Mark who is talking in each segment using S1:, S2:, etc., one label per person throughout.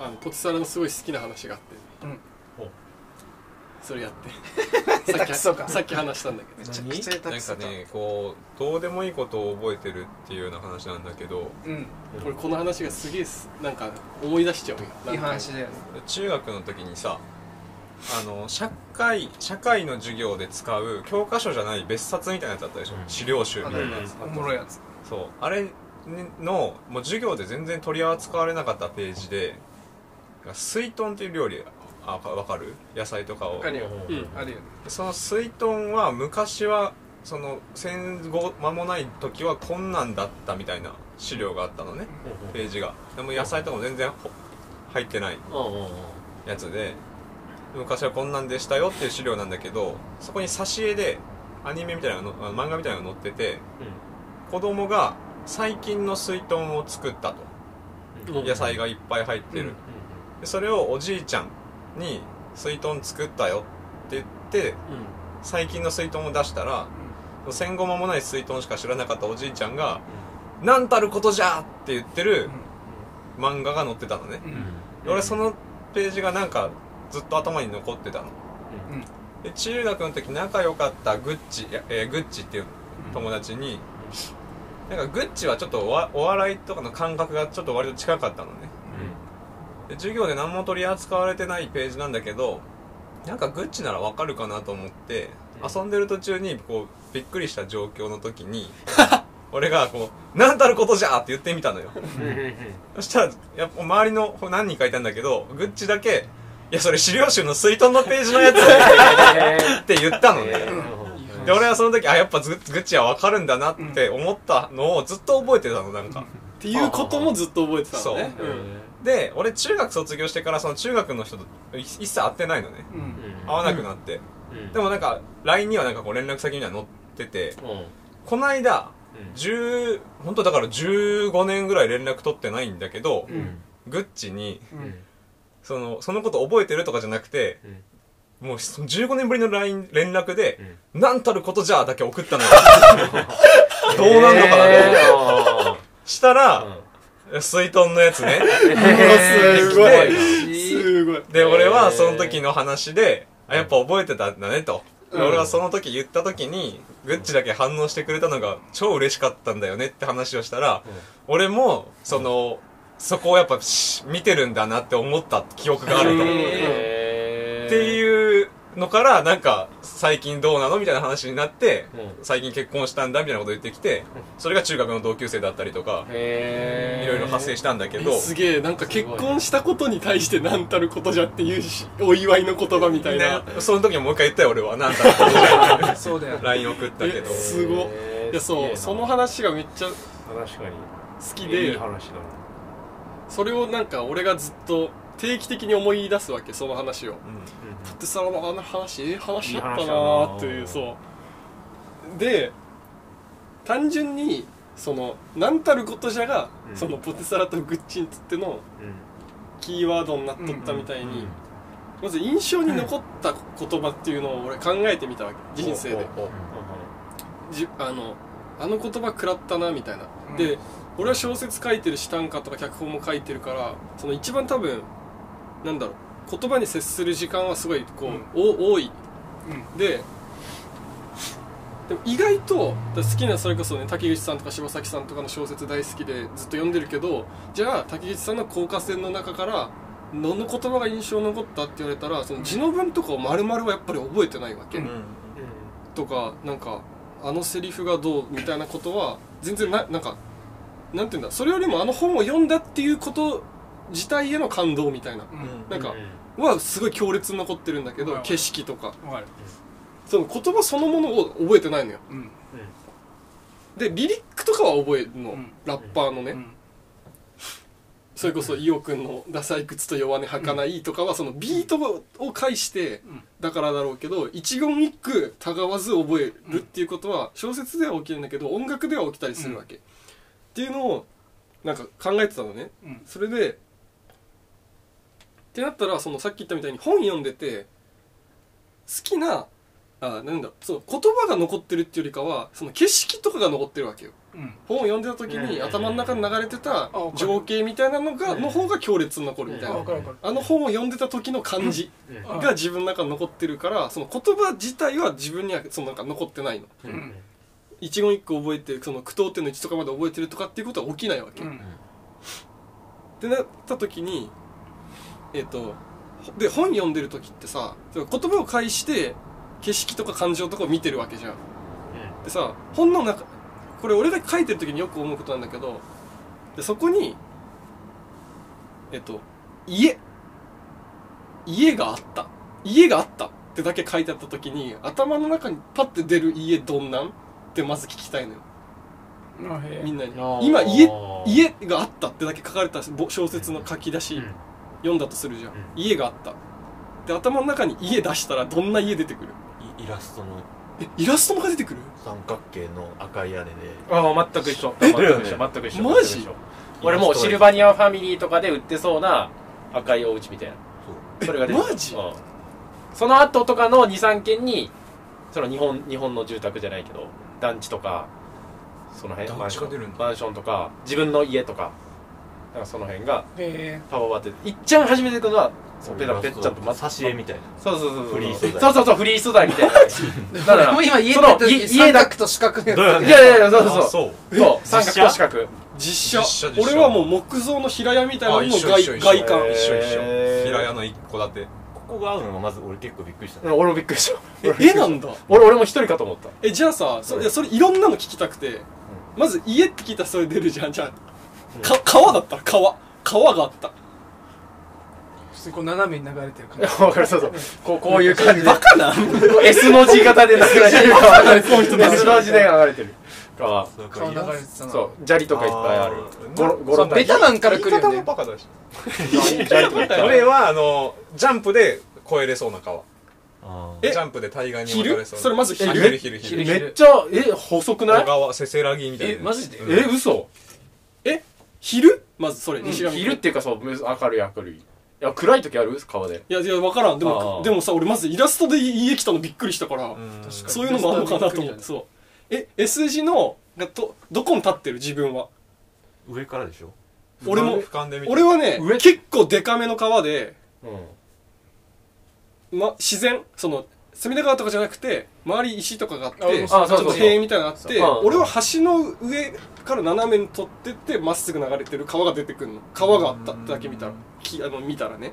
S1: のポテサラのすごい好きな話があって、
S2: うん
S3: お
S1: それやって
S2: 下手くそか
S1: さっき話したんだけ
S2: め
S1: ど
S2: ちゃくちゃ下手
S4: な
S2: く
S4: ん
S2: そ
S4: か
S2: だ
S4: ねこうどうでもいいことを覚えてるっていうような話なんだけど
S2: うん
S1: 俺この話がすげえすなんか思い出しちゃうよなんか
S2: いい話だよね
S4: 中学の時にさあの社会社会の授業で使う教科書じゃない別冊みたいなやつあったでしょ、
S3: うん
S4: 資料集み
S2: あ
S4: たい
S2: の
S4: な
S3: う
S4: や
S3: ん
S4: つ、
S2: おもろいやつ
S4: そうあれのもう授業で全然取り扱われなかったページで水豚っていう料理あわかる野菜とかを
S2: わかるよ
S3: うん
S1: うん
S2: あるよね
S4: その水豚は昔はその戦後間もない時はこんなんだったみたいな資料があったのねページがでも野菜とかも全然ほ入ってない
S3: うんうんうん
S4: やつで昔はこんなんでしたよっていう資料なんだけどそこに挿絵でアニメみたいなのあの漫画みたいなのが載ってて子供が最近の水豚を作った
S3: う
S4: と
S3: んうん
S4: 野菜がいっぱい入ってる、でそれをおじいちゃんに「水豚作ったよ」って言って最近の水豚を出したら戦後間もない水豚しか知らなかったおじいちゃんが「なんたることじゃ!」って言ってる漫画が載ってたのね
S2: う、
S3: うんん
S2: うん
S3: うん
S4: 俺そのページがなんかずっと頭に残ってたの
S2: うんうん
S4: で中学の時仲良かったグッチ、いやえーグッチっていう友達に、なんかグッチはちょっとおわお笑いとかの感覚がちょっと割と近かったのねで授業で何も取り扱われてないページなんだけどなんかグッチならわかるかなと思って
S3: うん
S4: 遊んでる途中にこうびっくりした状況の時に俺がこう「なんたることじゃ!」って言ってみたのよ
S3: うんうん
S4: そしたらやっぱ周りの何人かいたんだけどグッチだけ「いやそれ資料集の水遁のページのやつ!」 って言ったのね、で俺はその時あやっぱグッグッチは分かるんだなって思ったのをずっと覚えてたのなんか
S1: っていうこともずっと覚えてたのね
S3: うんうん
S4: で俺中学卒業してからその中学の人とい一切会ってないのね
S2: うん
S4: 会わなくなって、
S3: うん
S4: でもなんか LINE にはなんかこう連絡先には載ってて
S3: うんうん
S4: この間10本当だから15年ぐらい連絡取ってないんだけど、
S2: うん
S4: グッチに
S2: う
S3: うん
S2: ん
S4: そのそのこと覚えてるとかじゃなくて
S3: うん
S4: もうその15年ぶりの LINE 連絡で
S3: うん
S4: 「なんたることじゃ」だけ 送ったのよどうなんのかなと思ってしたら、水遁のやつね。
S1: うわすごい
S2: い
S1: すごい
S4: で、
S3: えー
S4: 俺はその時の話で、あ、やっぱ覚えてたんだねと。で
S2: うん
S4: 俺はその時言った時に、グッチだけ反応してくれたのが超嬉しかったんだよねって話をしたら
S3: うん、
S4: 俺も、その、そこをやっぱし見てるんだなって思った記憶があると。
S1: うん
S4: って
S3: う
S4: いうのから、なんか、最近どうなのみたいな話になって、
S3: うん
S4: 最近結婚したんだみたいなこと言ってきて、それが中学の同級生だったりとか、い
S3: い
S4: ろいろ発生したんだけど、
S1: すげえなんか結婚したことに対して何たることじゃっていうしお祝いの言葉みたいな
S4: ねその時にもう一回言ったよ俺はなん だ
S2: そうだよ
S4: LINE 送ったけど
S1: えすごっいやそうその話がめっちゃ好
S3: 確か
S1: き
S3: にいい
S1: で
S3: 話だな
S1: それをなんか俺がずっと定期的に思い出すわけその話を
S4: う
S1: ポテサラのあの話ええ話だった
S3: い
S1: な
S3: い話だな
S1: ーっていうそうで単純にその何たることじゃが、
S3: うん
S1: そのポテサラとグッチンつっての
S3: う
S1: キーワードになっとったみたいに、
S3: ん
S1: まず印象に残った言葉っていうのを俺考えてみたわけ
S4: ん
S1: 人生で
S4: おおお
S1: じあのあの言葉食らったなみたいな、
S2: うん
S1: で俺は小説書いてるし短歌とか脚本も書いてるからその一番多分なんだろう言葉に接する時間はすごいこう、お多いででも意外とだ好きなそれこそね竹口さんとか柴崎さんとかの小説大好きでずっと読んでるけどじゃあ竹口さんの高架線の中からどの言葉が印象に残ったって言われたらその字の文とかを丸々はやっぱり覚えてないわけ、
S2: う
S1: とかなんかあのセリフがどうみたいなことは全然ななんかなんていうんだそれよりもあの本を読んだっていうこと自体への感動みたいな
S2: う
S4: うん
S2: ん
S1: なんかはすごい強烈に残ってるんだけ
S2: はい
S1: ど
S2: はい
S1: 景色とか
S2: わかる
S1: その言葉そのものを覚えてないのよ
S2: うん
S1: でリリックとかは覚えるの、
S2: うん
S1: ラッパーのね、
S2: うん
S1: それこそ伊オくんの「ダサい靴と弱音はかない」とかはそのビートを介して
S2: うん
S1: だからだろうけど一言一句たがわず覚えるっていうことは小説では起きるんだけど音楽では起きたりするわけ、っていうのをなんか考えてたのね
S2: うん
S1: それでってなったらそのさっき言ったみたいに本読んでて好きなあなんだろうそう言葉が残ってるっていうよりかはその景色とかが残ってるわけよ
S2: うん
S1: 本を読んでた時
S3: うんうん
S1: に
S3: うん
S1: 頭の中に流れてた
S2: あわかる
S1: 情景みたいなのが
S3: うん
S1: の方が強烈に残るみたい
S2: あ
S1: な
S2: わかるわかる
S1: あの本を読んでた時の感じ
S3: うん
S2: うん
S1: が自分の中に残ってるからその言葉自体は自分にはそのなんか残ってないの
S3: う
S2: うん
S3: ん
S1: 一言一句覚えてその句読点の位置とかまで覚えてるとかっていうことは起きないわけ、
S2: う
S1: っ
S2: ん
S1: てなった時にえっ、とほで本読んでる時ってさ言葉を介して景色とか感情とかを見てるわけじゃんでさ本の中これ俺が書いてる時によく思うことなんだけどでそこにえっと家家があった家があったってだけ書いてあった時に頭の中にパッて出る家どんなんってまず聞きたいのよ
S2: あへえ
S1: みんなに
S3: あー
S1: 今家家があったってだけ書かれたぼ小説の書き出し、
S3: うん
S1: 読んだとするじゃん、
S3: うん
S1: 家があったで頭の中に家出したらどんな家出てくる
S5: イイラストの
S1: えイラストも出てくる
S5: 三角形の赤い屋根で
S3: ああ全く一緒全く
S5: だよね
S3: 一緒全く一緒
S1: マジ
S3: 全く一緒俺もうシルバニアファミリーとかで売ってそうな赤いお家みたいなそれが出てくる
S1: マジ
S3: うんその後とかの23軒にその日本日本の住宅じゃないけど団地とかその辺マ
S4: 団
S3: ン
S4: 地
S3: シ
S4: が
S3: ョ
S4: 出るん
S3: ン
S4: だ
S3: マンションとか自分の家とかなんかその辺が
S2: へ
S3: パワーバーっていっちゃん初めて行くのはそうペ
S5: ペ
S3: タ
S5: タ
S3: ペ
S5: ペ
S3: ッ
S5: タ
S3: ちゃんとま
S5: 挿絵みたいな
S3: そうそうそうそう
S5: フリー素材
S3: そうそうそうフリー素材みたいな
S2: え
S3: だから
S2: もう今家
S3: そ
S2: だ
S3: の
S2: った時
S3: い
S2: 三
S3: 家だ
S2: 角と四角のやつ
S5: だよね
S3: いやいやいやそうそう
S5: あ
S3: そう
S5: そう
S3: そう三
S5: 実
S3: 角と
S5: 写
S3: 四角
S1: 実写
S4: 実写実写
S1: 俺はもう木造の平屋みたいなの
S4: あ
S1: の
S4: 一緒
S1: 外
S4: 一緒一緒
S1: 外観
S3: え
S4: 一緒一
S3: へー
S4: 緒平屋の一戸建て
S5: ここが合うのがまず俺結構びっくりした
S3: うん俺もびっくりした
S1: え絵なんだ
S3: 俺俺も一人かと思った
S1: えじゃあさそいやそれいろんなの聞きたくてまず家って聞いたらそれ出るじゃんじゃあか川だったら川川があった
S2: 普通にこう斜めに流れてる感じ
S3: 分かるそうそうこうこういう感じで
S1: バカな
S3: こう S の字型で流れてる
S1: こういう人
S3: S の字で流れてるか
S5: そうか
S2: 顔流れてたな
S3: そう砂利とかいっぱいあるゴロゴロ
S2: ベタなんから来るよね
S4: 言い方もバカだし俺はあのジャンプで越えれそうな川
S5: あー
S1: え
S4: ジャンプで対岸に渡れ
S1: 昼
S4: そう
S1: それまず
S3: え
S1: 昼
S4: 昼昼
S2: 昼
S4: 昼
S3: めっちゃえ細くな
S4: 小
S3: い
S4: 川せせらぎみたいな
S2: えマジで
S4: うん
S3: え嘘
S1: え昼まずそれ西上
S3: 昼っていうかそうむ明るい明るいいや暗い時ある川で
S1: いやいや分からんで
S3: あ
S1: も
S3: ー
S1: でもさ俺まずイラストで家来たのびっくりしたから
S4: うん
S2: 確か
S1: そういうのもあるのかなと
S2: イ
S1: 思っ
S2: ラ
S1: て
S2: ス
S1: そうえ S 字のがとどこに立ってる自分は
S5: 上からでしょ
S1: 俺も
S4: 俯瞰で見て
S1: 俺はね
S3: 上
S1: 結構デカめの川で
S3: うん
S1: ま、自然その隅田川とかじゃなくて周り石とかがあって
S2: あ俺も
S1: ちょ
S3: そう
S1: っと
S3: そうそう
S1: 塀みたいなのがあって
S3: そううん
S1: 俺は橋の上から斜めに取ってってまっすぐ流れてる川が出てくるの川があったってだけ見たらきあの見たらね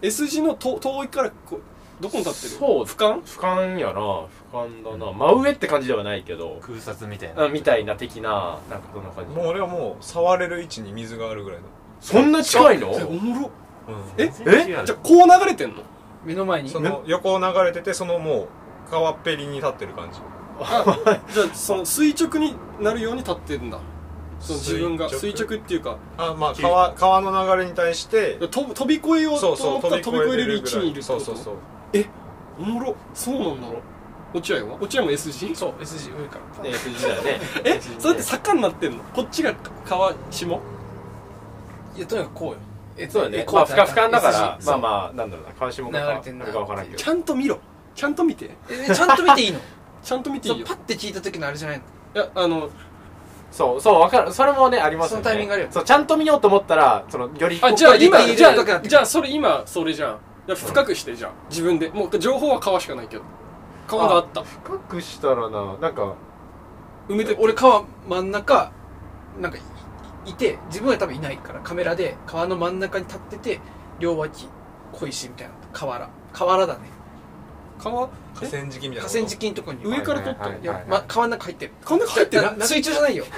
S1: S 字のと遠いからこうどこに立ってる
S3: そう
S1: 俯瞰
S3: 俯瞰やな俯瞰だな真上って感じではないけど
S5: 空撮みたい
S3: あ
S5: な
S3: みたいな的ななんかそんな感じ
S4: もう俺はもう触れる位置に水があるぐらいの
S3: そんな近いの
S1: えおもろ
S4: うん
S1: え
S5: 全然違う
S1: えじゃあこう流れてんの
S2: 目の前に
S4: その横を流れててそのもう川っぺりに立ってる感じ
S1: じゃあその垂直になるように立ってるんだその自分が垂
S4: 垂直
S1: 直っていうか
S4: あまあ川川の流れに対して
S1: と飛び越えようと
S4: そう
S1: 思
S4: そ
S1: っ
S4: う
S1: たら飛び越えれる位置にいるって
S4: そ
S1: こ
S4: う
S1: と
S4: そうそう
S1: おもろそうなんだろ落合は落合も S 字
S2: そう S 字上から
S3: ね S 字だよね
S1: えそれって坂になってんのこっちが川下
S2: いやとにかくこうよえ
S3: そうだね
S2: こ
S3: まあ俯瞰俯瞰だか
S2: S
S3: ら
S2: 字
S3: まあまあなんだろうな関心も
S2: 流れてんな
S3: なかわからんけ
S1: ち
S3: ど
S1: ゃんと見ろちゃんと見て
S2: えちゃんと見ていいの
S1: ちゃんと見て
S2: そ
S1: いいうよ
S2: パッて聞いた時のあれじゃないの
S1: いやあの
S3: そうそうわかるそれもねありますよね
S2: そのタイミングあるよ
S3: そうちゃんと見ようと思ったらそのより
S1: あじゃあ今
S2: ここに
S1: じゃ
S2: 入れるだけだっ
S1: あ
S2: て
S1: じゃあそれ今それじゃんいや深くしてじゃあ自分でもう情報は川しかないけど川があった
S3: 深くしたらななんか
S1: 埋めて
S2: 俺川真ん中なんかいいて自分は多分いないからカメラで川の真ん中に立ってて両脇小石みたいな河原河原だね
S1: 川
S4: 河川敷みたい
S2: 河
S4: なこと
S2: 川敷のとこに
S1: 上から撮ったの
S3: は
S2: い
S3: いはいは
S2: や
S3: い、
S2: ま、川の中入ってる
S1: こんな入って
S2: な
S1: る
S2: な水中じゃないよ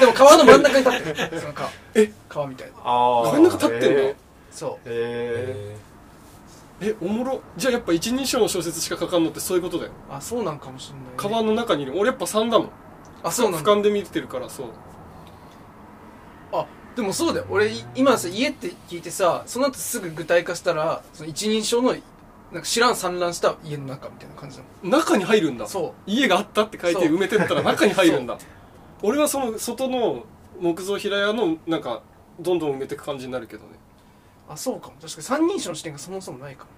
S2: でも川の真ん中に立ってるその川
S1: え
S2: 川みたいな
S3: ああ
S1: 真ん中立ってんだ
S3: へ
S2: そ
S3: え
S4: え
S1: えおもろじゃあやっぱ一人称の小説しか書かんのってそういうことだよ
S2: うあそうなんかもしんない、ね、
S1: 川の中にいる俺やっぱ3だもん
S2: あそうなん
S1: 俯
S2: だ
S1: 瞰で見てるからそう
S2: あでもそうだよ俺い今さ家って聞いてさその後すぐ具体化したらその一人称のなんか知らん散乱した家の中みたいな感じだもん
S1: 中に入るんだ
S2: そう
S1: 家があったって書いて
S2: そう
S1: 埋めてったら中に入るんだ俺はその外の木造平屋のなんかどんどん埋めていく感じになるけどね
S2: あそうかも確かに三人称の視点がそもそもないかも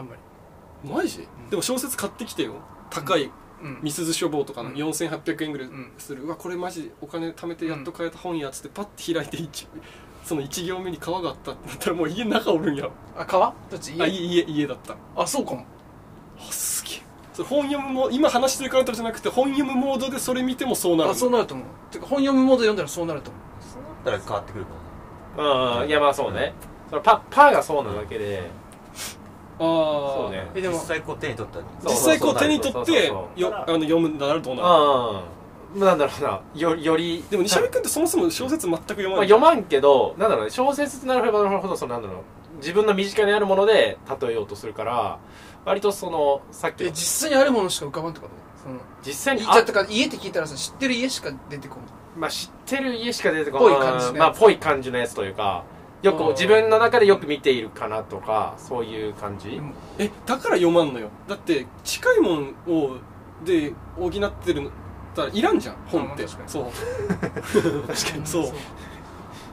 S2: あんまり
S1: マジ
S2: うん
S1: でも小説買ってきてよ高い
S2: うん
S1: みすず書房とかの
S2: うん
S1: 4800円ぐらい
S2: うん
S1: する、うわこれマジお金貯めてやっと買えた本やっつってパッて開いて一その1行目に川があったってなったらもう家の中おるんや
S2: あ川どっち
S1: あ
S2: 家
S1: い家家だった
S2: あそうかも
S1: あすげえそれ本読むも今話してるカウントじゃなくて本読むモードでそれ見てもそうなる
S2: あそうなると思うてか本読むモード読んだらそうなると思う
S5: たら変わってくるかもね
S3: うんいやまあそうねそのパパーがそうなだけで
S1: あ
S3: そうね
S2: えでも
S5: 実際こう手に取ったら
S1: 実際こう手に取
S3: そう
S1: っ
S3: そうそう
S1: て
S3: そう
S1: よあの読むんだならどうなる
S3: うんなんだろうなよより
S1: でも西見君ってそもそも小説全く読ま
S3: まあ、
S1: ない、
S3: 読まんけどなんだろうね小説ってなるほどなるほどそのなんだろう自分の身近にあるもので例えようとするから割とそのさっき
S2: え
S3: の
S2: 実際にあるものしか浮かばんってことその
S3: 実際に
S2: い
S3: あ
S2: やだから家って聞いたらさ知ってる家しか出てこない
S3: まあ、知ってる家しか出てこ
S2: ぽい感じのやつ
S3: まあぽい感じのやつというかよ
S1: あー
S3: く自分の中でよく見ているかなとかそういう感じ、
S2: うん
S1: えだから読まんのよだって近いもんをで補ってるのだからいらんじゃん本って
S2: あまあ確かに
S1: そう確かにそう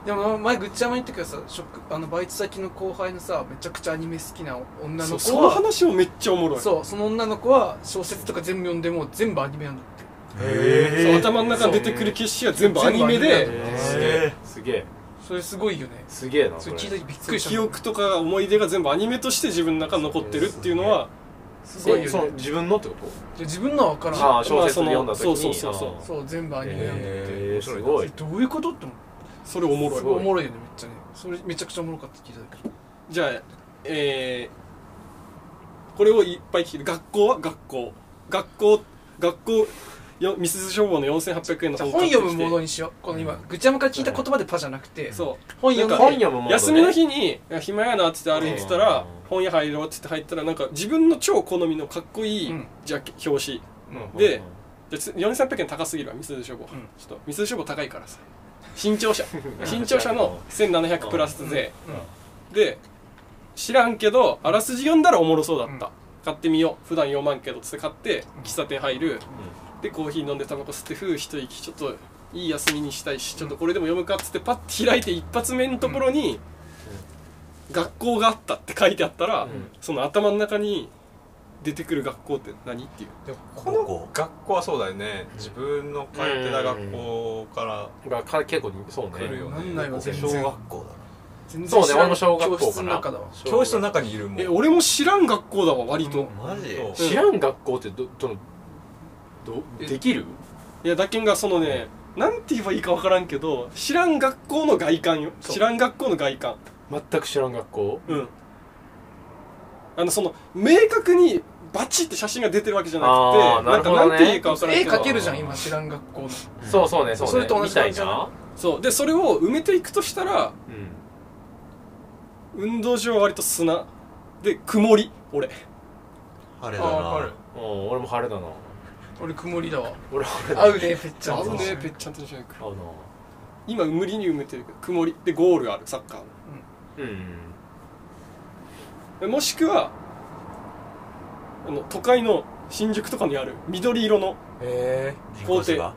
S2: でも前ぐっちゃま言ったけどさショックあのバイト先の後輩のさめちゃくちゃアニメ好きな女
S1: そ
S2: の
S1: うそ
S2: 子
S1: の
S2: は
S1: 話もめっちゃおもろい
S2: そうその女の子は小説とか全部読んでもう全部アニメなんだって
S1: そう
S5: へ
S1: 頭の中に出てくる景色は全部アニメ
S2: 全部アニ
S1: で
S2: メだ
S3: すげえすげえ
S2: それすごいよね
S3: すげえな
S2: それ
S3: それ
S2: 聞いた時びっく
S1: そう
S2: りした
S1: 記憶とか思い出が全部アニメとして自分の中に残ってるっていうのは
S2: すごい
S3: え
S2: よ
S3: その
S2: ね
S3: 自分のってこと
S2: で自分のは分からん
S3: ああ小説で読んだ時に、
S1: まあそのそうそうそう
S3: あー
S2: そう全部アニメなんだって
S3: えー、すごい
S2: どういうことって思う
S1: それおもろ
S3: す
S1: い
S3: ごい
S2: おもろいよねめっちゃねそれめちゃくちゃおもろかったって聞いた時
S1: じゃあえー、これをいっぱい聞いて学校は学校学校学校よミスズ消防の4800円の
S2: じゃあ
S1: 本買ってき
S2: 本
S1: て
S2: 読むものにしようこの今ぐっちゃまから聞いた言葉でパじゃなくて
S1: そう
S2: 本読ん
S1: なん
S3: 本
S2: で
S3: 読むものね
S1: 休みの日に「暇やな」っつって歩いてたら
S3: うん
S1: 本屋入ろうっつって入ったらなんか自分の超好みのかっこいい
S2: うん
S1: ジャケ表紙
S3: うん
S1: で
S3: うん
S1: でつ4300円高すぎるわミスズ消防
S2: ん
S1: ちょっとミスズ消防高いからさ新潮社新潮社の1700プラス税で知らんけどあらすじ読んだらおもろそうだった、
S2: うん
S1: 買ってみよう普段読まんけどつって買って喫茶店入る、でコーヒー飲んでタバコ吸ってふう一息ちょっといい休みにしたいしちょっとこれでも読むかっつってパッて開いて一発目のところに、学校があったって書いてあったら、
S3: ん
S1: その頭の中に出てくる学校って何っていう
S4: でもこの学校はそうだよね自分の通ってた学校から
S3: まあか結構そうね
S4: 来るよね
S2: なんないわ全
S5: 小
S2: 然
S5: 学校
S2: 全
S3: そうね
S2: 知らん
S3: 俺も小学校か
S2: 教室
S3: な
S2: の中だわ
S4: 教室の中にいるもん
S1: え俺も知らん学校だわ割と、
S2: うん
S5: だなマジ
S4: そう
S3: 知らん学校ってどどのど
S2: え
S3: できる
S1: いやだけんがそのねなんて言えばいいか分からんけど知らん学校の外観よ
S2: そう
S1: 知らん学校の外観
S3: 全く知らん学校
S1: うんあのその明確にバチって写真が出てるわけじゃな
S3: あー
S1: くてなんか
S3: なるほどね
S1: なんて言えばいいか分からん
S2: 絵
S1: けど
S2: 描けるじゃん今知らん学校の
S3: そうそうねそうね
S2: それと同じ
S3: みた
S2: 感
S3: い
S2: じだ
S3: な
S2: な
S1: そうでそれを埋めていくとしたら
S3: うん
S1: 運動場は割と砂で曇り俺
S5: 晴れ
S2: あ
S5: だ
S2: わか
S5: な
S2: る
S3: お俺も晴れだな
S2: 俺曇りだわ
S3: 俺晴れだ
S2: 合うねぺっちゃん
S1: 合
S2: と
S1: うねぺっちゃんとじゃなく
S3: 合うな
S1: 今無理に埋めてるけど曇りでゴールあるサッカーの
S3: うん
S1: でもしくはあの都会の新宿とかにある緑色の
S4: え
S5: 人工芝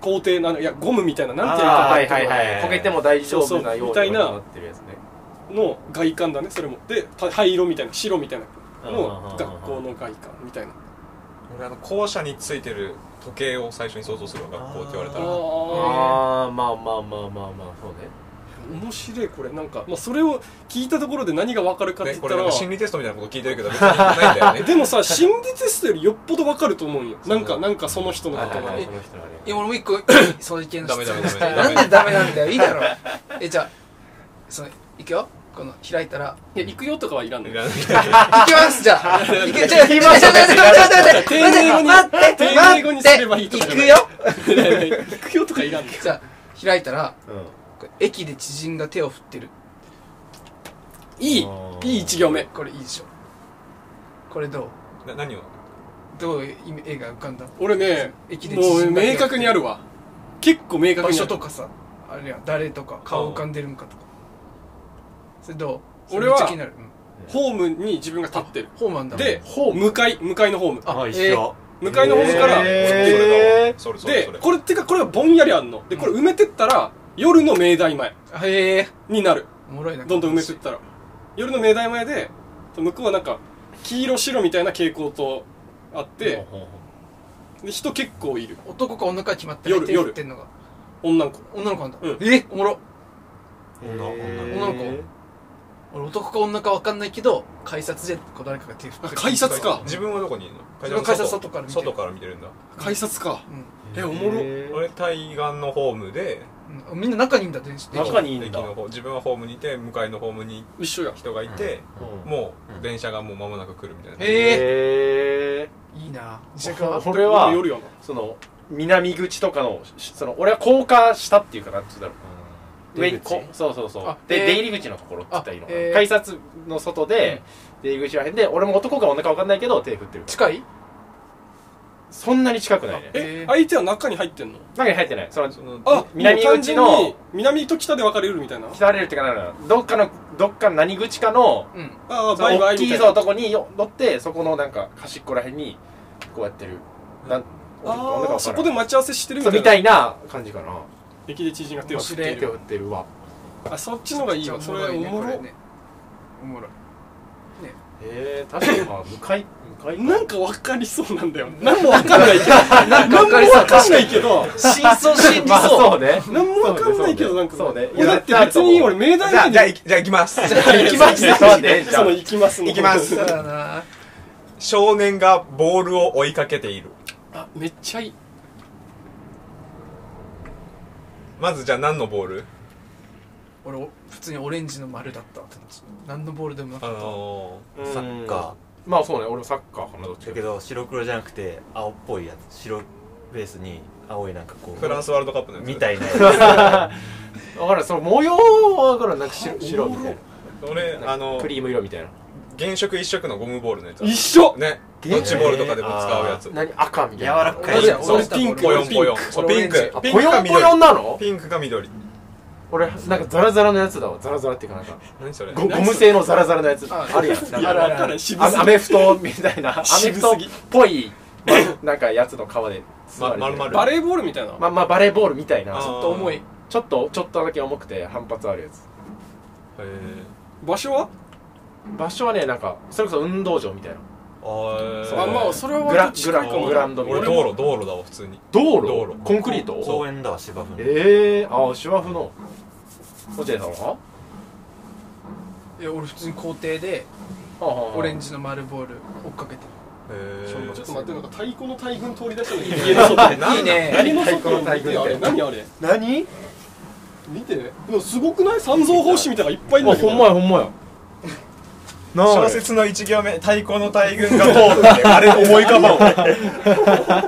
S1: 校校庭なのいやゴムみたいななんていう
S3: あ
S1: か
S3: ーはいはいはいこけても大丈
S1: そうそ
S3: 夫な
S1: う
S3: よ
S1: み
S3: うに
S1: たいな
S3: なってるやつね
S1: の外観だねそれもでた灰色みたいな白みたいなの
S3: うん
S1: 学校の外観みたいな
S4: ー、俺あの校舎についてる時計を最初に想像するわ学校って言われたら
S1: あ
S3: ああまあまあまあまあまあそうね
S1: ー面白いこれなんか、まあ、それを聞いたところで何が分かるかって言っ
S4: ねこ
S1: た
S4: れなん
S1: ら
S4: か心理テストみたいなこと聞いてるけど別にないんだよね
S1: でもさ心理テストよりよっぽど分かると思うんよなんかなんかその人の
S3: は
S1: こ
S3: い
S1: とが
S3: はい
S1: ね
S3: はいその人のあれ
S2: いや俺もう一 個その意見の質問したい
S4: ダ
S2: なん
S4: メダメ
S2: でダ
S4: ダメ
S2: メなんだよいいだろえじゃあそのいくよこの開いたら
S1: いや行くよとかはいらんの
S4: い
S1: よ
S4: らない
S2: 行きますじゃあ行きじゃあ行きます待って待って待って
S1: 丁寧
S2: 待って
S1: 語
S2: 待
S1: に
S2: っ
S1: すればいい
S2: て
S1: と
S2: 行
S1: かじゃ
S2: く
S1: ない
S2: よ
S1: 行くよとかいらんのよ
S2: じゃあ開いたら
S3: うん
S2: これ駅で知人が手を振ってる
S1: いい
S3: あー
S1: いい1行目
S2: これいいでしょこれどう
S4: な何を
S2: どういう絵が浮かんだ
S1: 俺ね
S2: 駅で
S1: もう
S2: 縮んだけど
S1: 明確にあるわ結構明確
S2: 場
S1: に
S2: 所
S1: あ
S2: と
S1: る
S2: かさあれや誰とか顔浮かんでるんかとかそれどう
S1: 俺は
S2: それめっちゃ気になるうん
S1: ホームに自分が立ってる
S2: ホーマンだ
S1: で向かい向かいのホーム
S5: あ
S2: え
S5: 一
S2: ー
S5: 緒
S1: 向かいのホームから
S4: えそれだわそれそれ
S1: で
S4: それ
S1: これってかこれはぼんやりあんのでこれ埋めてったら夜の明大前
S2: あへえ
S1: になる
S2: おもろいな
S1: どんどん埋めてったら夜の明大前で向こうはなんか黄色白みたいな傾向とあって、
S3: ほうほうほ
S1: で人結構いる
S2: 男か女か決まって
S1: 夜
S2: 入ってるってんのが
S1: 女の子
S2: 女の子なんだ、
S1: うん
S2: えおもろ
S3: う
S5: 女
S3: へ
S2: 女の子
S3: ー
S2: 俺男か女か分かんないけど改札でこう誰かが手振って
S1: あ改札か
S4: 自分はどこにいるの
S2: 自分は改札外から見てる
S4: 外から見てるんだ
S1: 改札か
S2: うん
S1: えおもろ
S3: へー
S4: 俺対岸のホームで
S2: うん、みんな中にいんだ電子
S3: 中にいるん
S4: 駅
S3: だ
S4: の方自分はホームにいて向かいのホームに
S1: 一緒や
S4: 人がいて、
S3: うん
S4: も
S5: う
S4: うん電車がもう間もなく来るみたいな、
S2: え
S3: へえ
S2: いいな自宅は
S3: これは
S1: 夜やな
S3: その南口とかのしその俺は降下したっていうかなんつうんだろう上にこそうそうそう
S2: あ
S3: で、
S2: えー
S3: 出入り口のところって言ったらいいのかな、
S2: あえー
S3: 改札の外で、出入り口らへんで俺も男か女か分かんないけど手振ってるから
S2: 近い
S3: そんなに近くないね
S1: え
S2: えー
S1: 相手は中に入ってんの
S3: 中に入ってないその
S4: その
S1: あ
S3: 南
S1: もう単純に
S3: 口の
S1: 南と北で分かれるみたいな
S3: 来られるってかなるどっかのどっかの何口かの
S2: うん
S1: ああ
S3: その
S1: バイバ
S3: 大
S1: イみ
S3: き
S1: た
S3: い
S1: いな
S3: ぞとこによ乗ってそこのなんか端っこらへんにこうやってるなん女か
S1: あ
S3: 分から
S1: あ
S3: ん
S1: そこで待ち合わせしてるみ
S3: そう
S1: たい
S3: み
S1: な
S3: たいな感じかな
S1: 駅で知人が手を振ってい
S3: 手を
S1: る
S3: 振ってるわ
S1: あそっちのがいいわそれお
S2: めっちゃ
S1: も
S2: いね
S1: ろ
S2: こねおもろい
S3: へえ確かに まあ向かい向かい
S1: なんか分かりそうなんだよ何も分かんないけど
S2: なんか
S1: 何
S2: 分
S1: も
S2: かりそう
S1: 分かんないけど
S2: 真相心理
S3: まあ
S2: そう
S3: そうね
S1: 何も分かんないけどなんか
S3: そうね
S1: いやだって別に俺明大
S4: じゃあ
S1: 駅
S4: じゃあ
S1: で
S4: いじゃあ行きます
S3: 行きますねねじ ゃ
S1: そ
S3: あ
S1: の行きますの
S4: 行きます
S2: そうだな
S4: 少年がボールを追いかけている
S1: あめっちゃいい
S4: まずじゃあ何のボール
S2: 俺お普通にオレンジの丸だった何のボールでもな
S4: あ
S2: かった
S4: の
S5: サッカ
S3: まあそうね俺もサッカーかなどっ
S5: ー
S3: ち
S5: だ
S3: か
S5: けど白黒じゃなくて青っぽいやつ白ベースに青いなんかこ
S4: ー
S5: う
S4: フランスワールドカップのやつ
S5: みたいなや
S3: だからんその模様は分からんなんか白白みたい
S4: 俺
S3: な
S4: あの
S3: クリーム色みたいな
S4: 原色一色のゴムボールのやつ
S1: 一緒
S4: ねド
S3: 原色
S4: ッジボールとかでも使うやつ
S3: 何赤みたいな
S5: 柔らかい
S2: 同じや
S1: そう
S2: 同じだ
S1: ピンク
S4: ポヨンポヨン
S1: ピン
S2: ク
S4: そうピンク
S3: あ
S4: ピン
S3: ぽ
S4: ク
S3: よ
S4: か
S3: んぽよ
S4: 緑
S3: んなの
S4: ピンクか緑
S3: 俺なんかザラザラのやつだわザラザラっていうかなんか
S4: 何それ
S3: ゴゴム製のザラザラのやつ
S2: あ
S3: あるやん
S5: つ
S1: いや
S2: あるある
S1: 分からん渋す
S3: あアメフトみたいなアメフトっぽい、まなんかやつの皮で包まれてる
S4: ま丸々
S1: バレーボールみたいな
S3: まあまあバレーボールみたいな
S4: あー
S2: ちょっと重い
S3: ちょっとちょっとだけ重くて反発あるやつ
S4: へー
S1: 場所は
S3: 場所はねなんかそれこそ運動場みたいな
S4: あ
S3: そ
S4: ー
S3: う
S1: あまあそれは
S3: グラ
S1: 割と近いかも
S3: グラウンドみたい
S4: 俺
S3: な
S4: 道路道路だわ普通に
S3: 道路
S4: 道路
S3: コンクリー
S5: つ
S3: ト
S5: 公園だわ芝生の
S3: ええー、ああ芝生の落合さんは
S2: え俺普通に校庭で
S3: ああああ
S2: オレンジの丸ボール追っかけて
S4: へ
S1: ち
S4: ー
S1: ょっと待ってなんか太鼓の大群通り出したのに家の外に
S2: るいいね
S1: 何の外
S3: 太鼓の大群
S1: に
S3: っ
S1: あ
S3: て
S1: れ何あれ
S3: 何
S1: 見てでもすごくない三蔵法師みたいなのがいっぱいいる
S3: あ
S1: んだけ
S3: ほ
S1: ど
S3: んまやほんまやなあ
S4: 小説の一行目太鼓の大群が通るってあれ思い浮かばんわ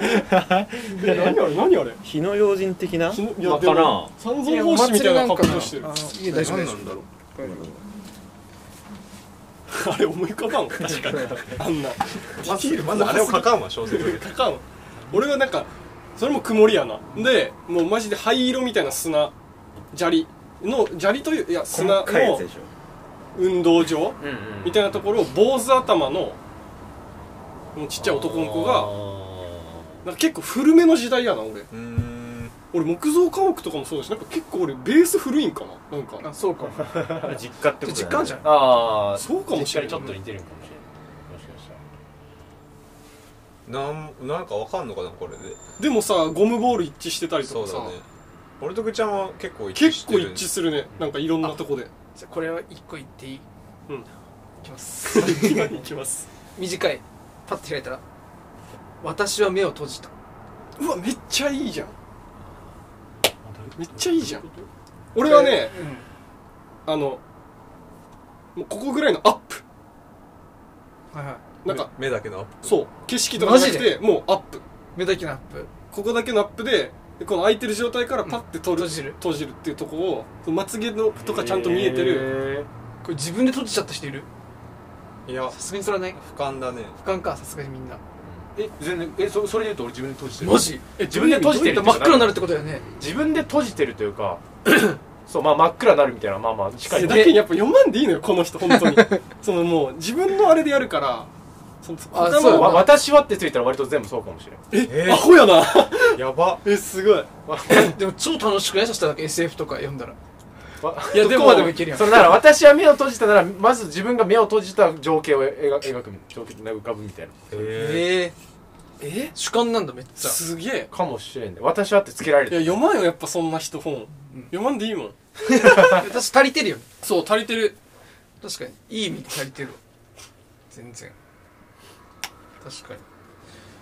S1: え何あれ何あれ
S5: 日の用心的ない
S1: やで
S3: わ
S1: も
S3: からん
S1: 三蔵法師みたいな格好してる
S2: あいや大丈夫大丈夫
S4: だろう
S1: あれ思い浮かばん確かにあんなディティール
S4: まずあれを書
S1: か
S4: かんわ小説で
S1: かん俺はなんかそれも曇りやなでもうマジで灰色みたいな砂砂利の砂利といういや砂
S5: 細かいやつ
S1: の
S5: でしょ
S1: 運動場
S3: うんうん
S1: みたいなところを坊主頭のもうちっちゃい男の子が
S3: あ
S1: なんか結構古めの時代やな俺
S4: うーん
S1: 俺木造家屋とかもそうだしなんか結構俺ベース古いんかななんか
S2: あそうか
S5: 実家ってこと
S2: 実感じゃ
S5: ん
S2: ん
S3: ーあー
S1: そうかもしれない
S3: 実家にちょっと似てるんかもしれないもしかしたら
S4: なんなんかわかんのかなこれで
S1: でもさゴムボール一致してたりと
S4: そ
S1: か
S4: う
S1: さ、
S4: だね俺とぐちゃんは結構一致
S1: 結
S4: して
S1: 構
S4: る
S1: 一致するねなんかいろんなとこで
S2: じゃあこれは一個言っていい
S1: うん
S2: いきます
S1: いきます
S2: 短いパッて開いたら私は目を閉じた
S1: うわめっちゃいいじゃんめっちゃいいじゃん俺はね
S2: うん
S1: あのもうここぐらいのアップ
S2: はいはい
S1: なんか
S4: 目目だけの
S1: そう景色とかじゃなくて
S2: マ
S1: もうアップ
S2: 目だけのアップ
S1: ここだけのアップででこの空いてる状態からパッて取る、
S2: 閉じる
S1: 閉じるっていうとこをそのまつげのとかちゃんと見えてる
S3: る
S2: これ自分で閉じちゃった人いる
S4: いや
S2: さすがにそれはない
S4: 俯瞰だね
S2: 俯瞰かさすがにみんな
S3: え全然えそそれで言うと俺自分で閉じてる
S2: マジ
S3: え自分で閉じてる
S2: どうやったら真っ暗になる
S3: る
S2: ってことだよね
S3: 自分で閉じてるというかそうまあ真っ暗になるみたいなまあまあ近い
S1: え
S3: な
S1: だけにやっぱ読まんでいいのよこの人本当 にそのもう自分のあれでやるからその
S2: あ
S1: 他
S2: そう
S3: わ
S1: の
S2: だ
S3: 私はってついたら割と全部そうかもしれん
S1: え
S4: え
S1: ア ホやな
S4: やば
S1: えすごい
S2: でも超楽しくないそしたらなんか SF とか読んだらいやでも
S1: どこま
S2: でもいけるやん
S3: それなら私は目を閉じたならまず自分が目を閉じた情景を描描く情景が浮かぶみたいな
S4: え
S1: え
S2: え
S1: え
S2: ー、主観なんだめっちゃ
S1: すげえ
S3: かもしれんね私はってつけられ
S1: い
S3: て
S1: や
S3: る
S1: 読まんよやっぱそんな人本、読まんでいいもん
S2: 私足りてるよね
S1: そう足りてる
S2: 確かにいい意味で足りてるわ全然確かに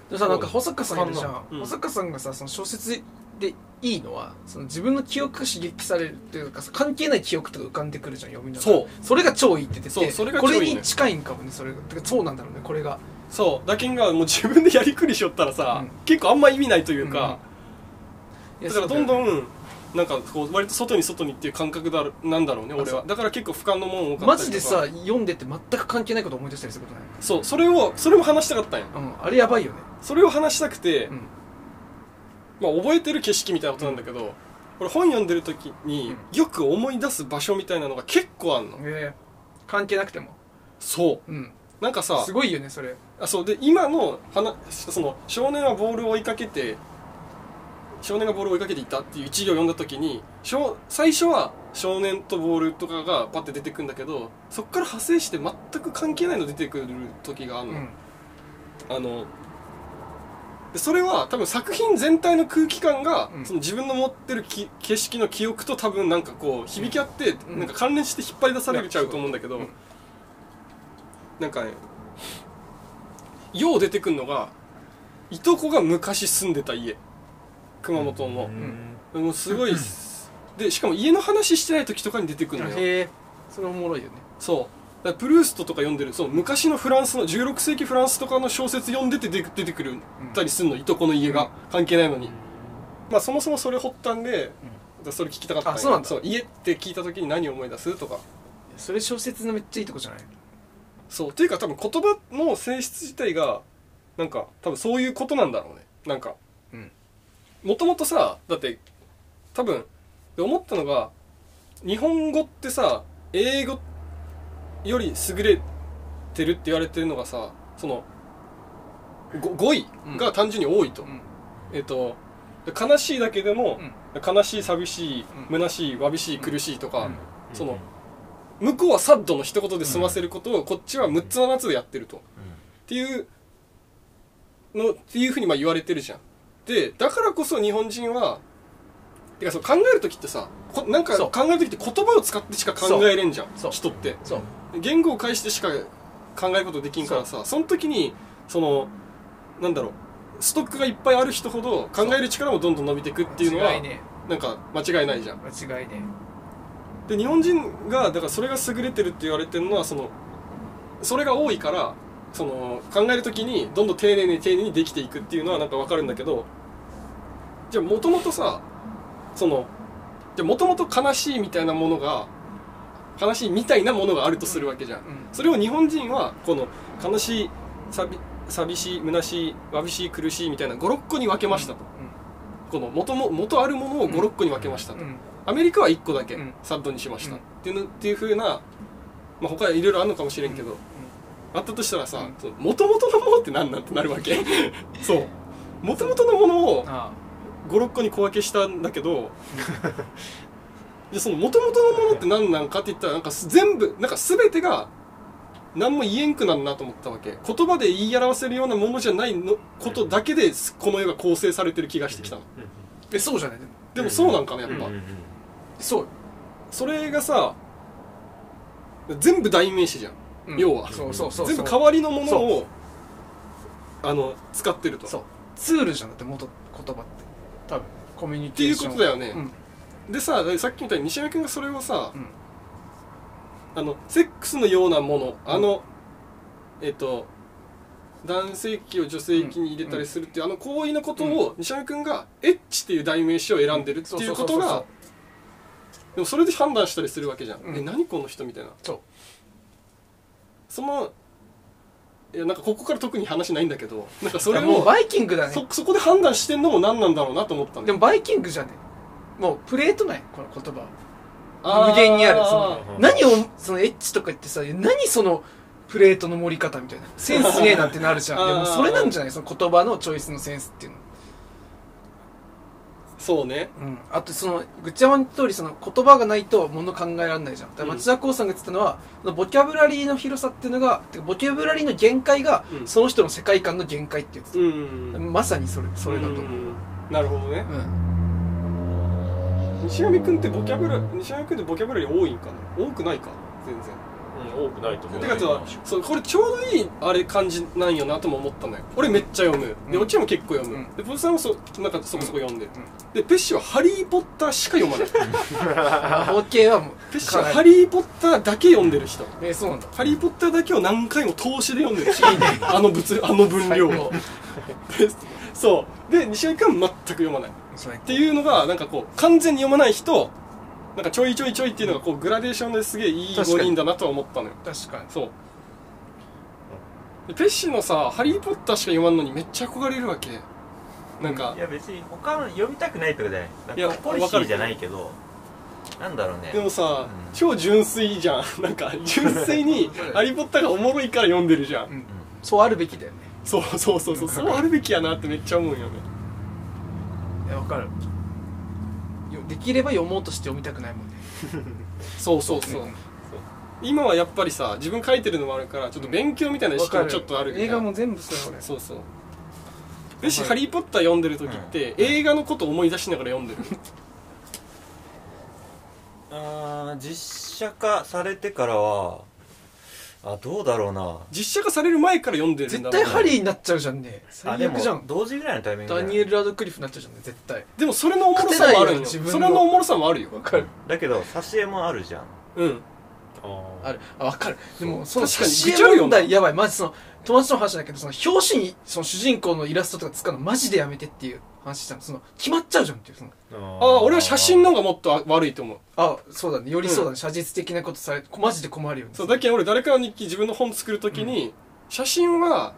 S2: でもさなんか保坂さんいるじゃん、
S1: うん
S2: 保坂さんがさその小説でいいのはその自分の記憶が刺激されるっていうかさ関係ない記憶とか浮かんでくるじゃん読みながら
S1: そう
S2: それが超いいって言ってて
S1: そうそれが
S2: こ
S1: 超いいね
S2: れに近いんかもねそれがてかそうなんだろうねこれが
S1: そうだけんがもう自分でやりくりしよったらさ、
S2: う
S1: 結構あんま意味ないという
S2: うん
S1: か、
S2: いや
S1: だから
S2: そ
S1: ど
S2: うんだ
S1: ど
S2: よ
S1: んなんかこう割と外に外にっていう感覚だろなんだろうね俺はだから結構俯瞰のもん多かったりとか
S2: マジでさ読んでて全く関係ないこと思い出したりすることな
S1: そうそれをそれも話したかったんや
S2: い、うん、あれやばいよね
S1: それを話したくて、
S2: うん
S1: まあ覚えてる景色みたいなことなんだけど、俺本読んでる時によく思い出す場所みたいなのが結構あんの、
S2: えー関係なくても
S1: そう
S2: うん
S1: なんかさ
S2: すごいよねそれ
S1: あそうで今の話その少年はボールを追いかけて少年がボールを追いかけていたっていう一行を読んだ時に少最初は少年とボールとかがパッて出てくんだけどそっから派生して全く関係ないの出てくる時がある
S2: う
S1: の、
S2: ん
S1: あのでそれは多分作品全体の空気感が、
S2: うん
S1: その自分の持ってるき景色の記憶と多分なんかこう響き合って、
S2: うん
S1: なんか関連して引っ張り出されちゃうと思うんだけど、
S2: いやそう
S1: なんかねよう出てくるのがいとこが昔住んでた家熊本の、もうすごいでしかも家の話してない時とかに出てくるのよ
S2: へえそれおもろいよね
S1: そうだからプルーストとか読んでるそう昔のフランスの16世紀フランスとかの小説読んでて出て出てくるたりするの、いとこの家が関係ないのに、まあそもそもそれ発端で、だからそれ聞きたかったよ
S2: あそうなんだ
S1: そう家って聞いた時に何を思い出すとか
S2: それ小説のめっちゃいいとこじゃない
S1: そうっていうか多分言葉の性質自体がなんか多分そういうことなんだろうねなんか
S2: うん
S1: もともとさだって多分で思ったのが日本語ってさ英語より優れてるって言われてるのがさそのご語彙が単純に多いと、
S2: うん
S1: えっとで悲しいだけでも、悲しい寂しい
S2: うん
S1: 虚しいわびしい苦しいとか、
S2: うん
S1: その向こうはサッドの一言で済ませることをこっちは6つの夏でやってると、っていうのっていうふうにまあ言われてるじゃんでだからこそ日本人はてかそう考える時ってさこなんか
S2: そう
S1: 考える時って言葉を使ってしか考えれんじゃん
S2: そう
S1: 人って
S2: そう
S1: 言語を介してしか考えることできんからさその時にそのなんだろうストックがいっぱいある人ほど考える力もどんどん伸びていくっていうのは
S2: 間違いね
S1: なんか間違いないじゃん
S2: 間違いね
S1: で日本人がだからそれが優れてるって言われてるのはそのそれが多いからその考える時にどんどん丁寧に丁寧にできていくっていうのはなんかわかるんだけどじゃあもともとさそのじゃもともと悲しいみたいなものが悲しいみたいなものがあるとするわけじゃん
S2: うん
S1: それを日本人はこの悲しい寂寂しい虚しいわびしい苦しいみたいな56個に分けましたとこの元も元あるものを56個に分けました
S2: う
S1: と
S2: んうん
S1: アメリカは1個だけ
S2: うん
S1: サッドにしました、
S2: うん
S1: っていうのっていうふうな、まあ、他はいろいろあるのかもしれんけど、あったとしたらさ
S2: うん
S1: もともとのものって何なんてなるわけそうもともとのものを
S2: あ
S1: 56個に小分けしたんだけ どでそのもともとのものって何なんかって言ったらなんかす全部なんか全てが何も言えんくなるなと思ったわけ言葉で言い表せるようなものじゃないのことだけですこの絵が構成されてる気がしてきたの
S2: あえそうじゃないでも
S1: でもそうなんかなやっぱ、
S2: そうよ
S1: それがさ全部代名詞じゃん、
S2: うん
S1: 要は
S2: そうそうそう
S1: 全部
S2: そ
S1: 代
S2: う
S1: わりのもの
S2: そ
S1: をあの使ってると
S2: そうツールじゃなくて元言葉って多分コミュニケーション
S1: っていうことだよね
S2: うん
S1: でささっきみたいに西山君がそれをさ、
S2: うん
S1: あのセックスのようなものあの、えっと男性器を女性器に入れたりするっていう、あの行為のことを西山君がエッチっていう代名詞を選んでるっていうこと
S2: そうそうそうそ
S1: が
S2: う
S1: でもそれで判断したりするわけじゃん、
S2: うん
S1: え何この人みたいな
S2: そう
S1: そのいやなんかここから特に話ないんだけどなんかそれ
S2: いやもう
S1: を
S2: バイキングだ
S1: そ
S2: ね
S1: そこで判断してんのも何なんだろうなと思ったん
S2: でもバイキングじゃねもうプレートないこの言葉は
S1: あー
S2: 無限にあるその
S3: うん
S2: 何をそのエッチとか言ってさ何そのプレートの盛り方みたいなセンスねえなってなるじゃん
S1: あー
S2: でもそれなんじゃないその言葉のチョイスのセンスっていうの
S1: そうね
S2: うん、あとそのぐっちゃまの通りその言葉がないと物考えられないじゃんだから町田光さんが言ってたのは、そのボキャブラリーの広さっていうのがてかボキャブラリーの限界が、
S1: うん
S2: その人の世界観の限界って言って
S1: うん
S2: た、まさにそれそれだと思う、
S1: んなるほどね
S2: うん
S1: 西上くんってボキャブラ西上くんってボキャブラリー多いんかな多くないか全然
S3: うん、多くないと思う
S1: てかちょっとそうこれちょうどいいあれ感じなんよなとも思ったのよ俺めっちゃ読むで
S2: うん
S1: オチも結構読む、
S2: うん
S1: でポジさんもそなんかそこそこ読んで、
S2: ん
S1: でペッシュは「ハリー・ポッター」しか読まないペ
S2: 魔法系はもう
S1: ッシュは「
S2: か
S1: ハ
S2: なり
S1: リー・ポッター」だけ読んでる人、
S2: えーそうなんだ
S1: ハリー・ポッターだけを何回も投資で読んでる人あの物あの分量をでそうで西上くんは全く読まない
S2: っ
S1: っていうのがなんかこう完全に読まない人なんかちょいちょいちょいっていうのがこうグラデーションですげえいい
S5: 確か
S1: 5
S5: に
S1: 人だなとは思ったのよ
S2: 確かに
S1: そうでペッシュのさ「ハリー・ポッター」しか読まんのにめっちゃ憧れるわけなんか
S5: いや別に他の読みたくないとかじゃない
S1: い
S5: い
S1: や
S5: やポリシーじゃないけどなんだろうね
S1: でもさ
S5: うん
S1: 超純粋じゃんなんか純粋に「ハリー・ポッター」がおもろいから読んでるじゃん
S2: そうあるべきだよね
S1: そうそうそうそうそうあるべきやなってめっちゃ思うよね
S2: いやわかるよできれば読もうとして読みたくないもんね
S1: そうそうそう今はやっぱりさ自分書いてるのもあるからちょっと勉強みたいな意識もちょっとあるけど
S2: 映画も全部そうよ
S1: そうそうよし「ハリー・ポッター」読んでる時って、映画のこと思い出しながら読んでる
S5: あー実写化されてからはあどうだろうな
S1: 実写化される前から読んで
S2: 俺
S1: るん
S2: 絶
S1: だ
S2: 対
S1: ろう
S2: ハリーになっちゃうじゃんね
S5: あ
S2: 最
S5: で
S2: 悪じゃ
S5: も
S2: ん
S5: 同時ぐらいのタイミングだ
S2: ダ
S5: よ
S2: ニエル・ラドクリフになっちゃうじゃんね絶対
S1: でもそれのおもろさもあるんよ
S2: 勝てないよ自分の
S1: それのおもろさもあるよ
S2: かる
S5: だけど挿絵もあるじゃん
S1: うん
S3: あー
S2: あるあ分かるでもその
S1: 確かに
S2: 挿
S1: ぐちゃるよ
S2: 絵
S1: な
S2: 問題やばいマジその友達との話だけどその表紙にその主人公のイラストとか使うのマジでやめてっていう話したのその決まっちゃうじゃんっていうその
S3: あ
S1: ああ俺は写真の方がもっと悪いと思う
S2: あそうだねよりそうだね、
S1: うん
S2: 写実的なことされこマジで困るよね
S1: そうだけど俺誰かの日記自分の本作る時に、写真は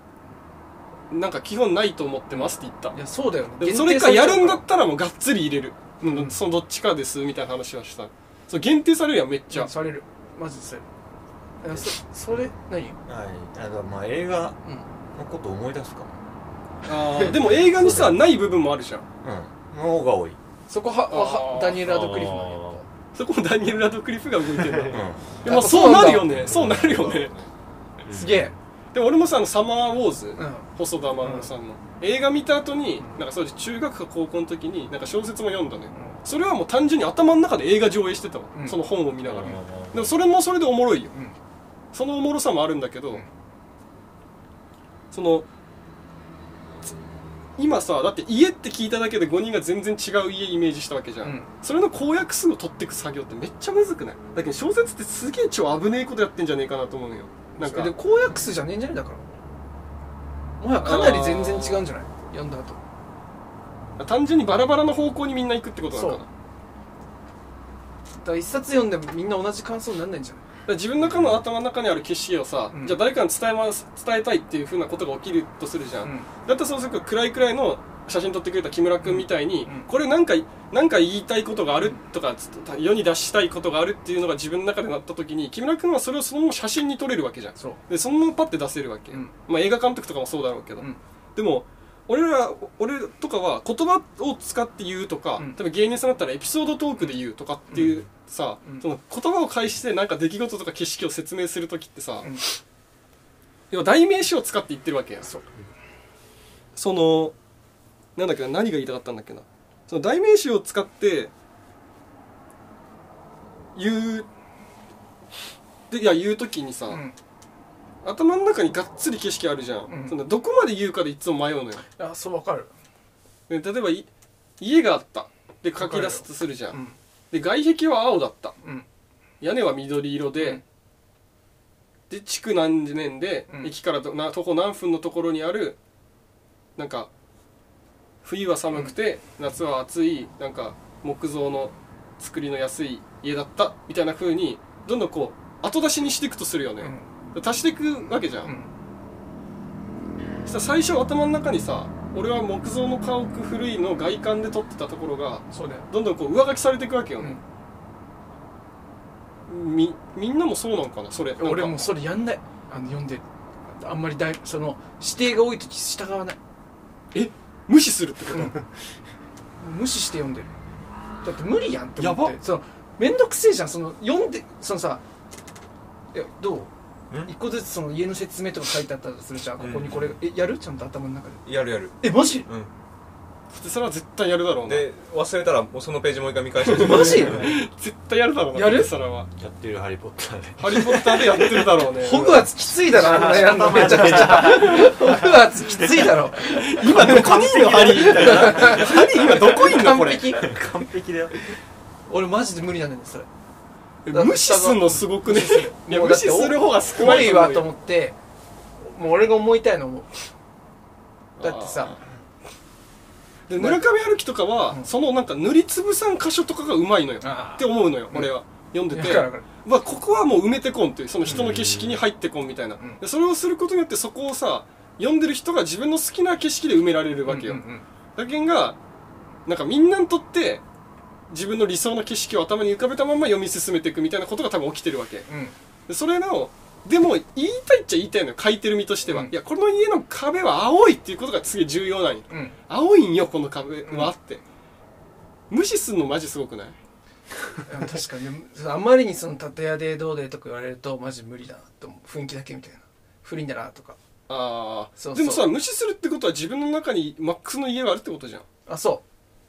S1: なんか基本ないと思ってますって言った
S2: いやそうだよね
S1: でもそれかやるんだっ
S2: ら
S1: たらもうがっつり入れる、うんそのどっちかですみたいな話はしたそう限定されるやんめっちゃ、
S2: されるマジでされるいやそそれ何
S5: はいだからまあ映画
S2: うん
S5: のこと思い出すかも
S1: あーでも映画にさない部分もあるじゃん
S5: うんの方が多い
S2: そこはは
S1: あー
S2: ダニエル・ラドクリフなんやっ
S1: そこもダニエル・ラドクリフが動いて るの
S5: うん
S2: ぱ
S1: まあそうなるよねそうなるよね
S2: うんすげえ
S1: でも俺もさあのサマーウォーズ、
S2: うん
S1: 細田守さんの、映画見た後になんかそうです中学か高校の時になんか小説も読んだのよそれはもう単純に頭の中で映画上映してたわ、
S2: うん
S1: その本を見ながら、
S3: うん
S1: でもそれもそれでおもろいよ、
S2: うん
S1: そのおもろさもあるんだけど、
S2: うん
S1: そのつ今さだって家って聞いただけで5人が全然違う家イメージしたわけじゃん、
S2: うん
S1: それの公約数を取っていく作業ってめっちゃむずくないだけど小説ってすげえ超危ねえことやってんじゃねえかなと思うのよなんか
S2: でも公約数じゃねえんじゃねえだからもはやかなり全然違うんじゃない読んだ後
S1: 単純にバラバラの方向にみんな行くってことなのかな
S2: そ
S1: だ
S2: う
S1: か
S2: だから一冊読んでもみんな同じ感想になんないんじゃない
S1: ら自分の中の頭の中にある景色をさ、
S2: うん
S1: じゃあ誰かに伝えます伝えたいっていうふうなことが起きるとするじゃん、だったらそうすると暗い暗いの写真撮ってくれた木村君みたいに、
S2: うん
S1: これなんかなんか言いたいことがあるとか、つ世に出したいことがあるっていうのが自分の中でなった時に木村君はそれをそのまま写真に撮れるわけじゃん
S2: そう
S1: でそのままパッて出せるわけ、
S2: うん
S1: まあ、映画監督とかもそうだろうけど、
S2: うん
S1: でも俺ら俺とかは言葉を使って言うとか、
S2: うん
S1: 例えば芸人さんだったらエピソードトークで言うとかっていうさ、
S2: うん
S1: その言葉を介してなんか出来事とか景色を説明する時ってさ、
S2: うん
S1: 要は代名詞を使って言ってるわけやんそのなんだっけな何が言いたかったんだっけなその代名詞を使って言うでいや言う時にさ、
S2: うん
S1: 頭の中にがっつり景色あるじゃん、
S2: うん
S1: そのどこまで言うかでいつも迷うのよ
S2: あそうわかる
S1: で例えばい家があったで書き出すとするじゃん、
S2: うん
S1: で外壁は青だった
S2: うん
S1: 屋根は緑色で、
S2: うん
S1: で築何十年で、
S2: うん
S1: 駅からどな徒歩何分のところにあるなんか冬は寒くて、夏は暑いなんか木造の作りの安い家だったみたいな風にどんどんこう後出しにしていくとするよ
S2: う
S1: ね、
S2: ん
S1: で足していくわけじゃん、
S2: うん
S1: そしたら最初頭の中にさ俺は木造の家屋古いのを外観で撮ってたところが
S2: そうだよ
S1: どんどんこう上書きされていくわけよね、みみんなもそうなのかなそれなんか
S2: 俺もうそれやんないあの読んでるあんまりだいその指定が多い時従わない
S1: 無視するってこと
S2: 無視して読んでるだって無理やんって
S1: や
S2: 思っ
S1: ば
S2: てそのめんどくせえじゃんその読んでそのさいやどうん一個ずつその家の説明とか書いてあったとするじゃんこ
S4: うん
S2: こにこれえやるちゃんと頭の中で
S4: やるやる
S2: えマジ
S4: う
S1: でそれは絶対やるだろうんな
S4: で忘れたらもうそのページもう一回見返し て
S2: マジ
S1: 絶対やるだろうな
S2: やる
S1: ポテサラは
S5: やってるハリー・ポッターで
S1: ハリー・ポッターでやってるだろう ね
S2: ホグワーツきついだろこんなやんのめちゃくちゃホグワーツきついだろ
S1: 今どこにいんのハリーみたいな ハリー今どこいんのこ
S2: 完
S1: れ
S2: 璧
S5: 完璧だよ
S2: 俺マジで無理なんだよそれ
S1: 無視すんのすごくねいや
S2: もう
S1: 無
S2: だって
S1: 視する方が少
S2: 怖
S1: ない
S2: い
S1: と思
S2: わ
S1: う
S2: と
S1: よ
S2: 思ってもう俺が思いたいのもだってさ
S1: で村上春樹とかは、
S2: うん
S1: そのなんか塗りつぶさん箇所とかがうまいのよ
S2: あー
S1: って思うのよ
S2: うん
S1: 俺は読んで
S2: だ
S1: て
S2: からだから
S1: まあ、ここはもう埋めてこんっていうその人の景色に入ってこんみたいな、
S2: ん
S1: でそれをすることによってそこをさ読んでる人が自分の好きな景色で埋められるわけよ、
S2: うんうんうん
S1: だけんがなんかみんなにとって自分の理想の景色を頭に浮かべたまま読み進めていくみたいなことが多分起きてるわけ
S2: うん
S1: でそれのでも言いたいっちゃ言いたいのよ書いてる身としては、
S2: うん
S1: いやこの家の壁は青いっていうことがすげえ重要なんよ
S2: うん
S1: 青いんよこの壁はって、無視すんのマジすごくない
S2: 確かにねそのあまりにその建屋でどうでとか言われるとマジ無理だなと思う雰囲気だけみたいな不倫だなとか
S1: ああ
S2: そうそ
S1: で
S2: う
S1: もさ無視するってことは自分の中にマックスの家があるってことじゃん
S2: あそ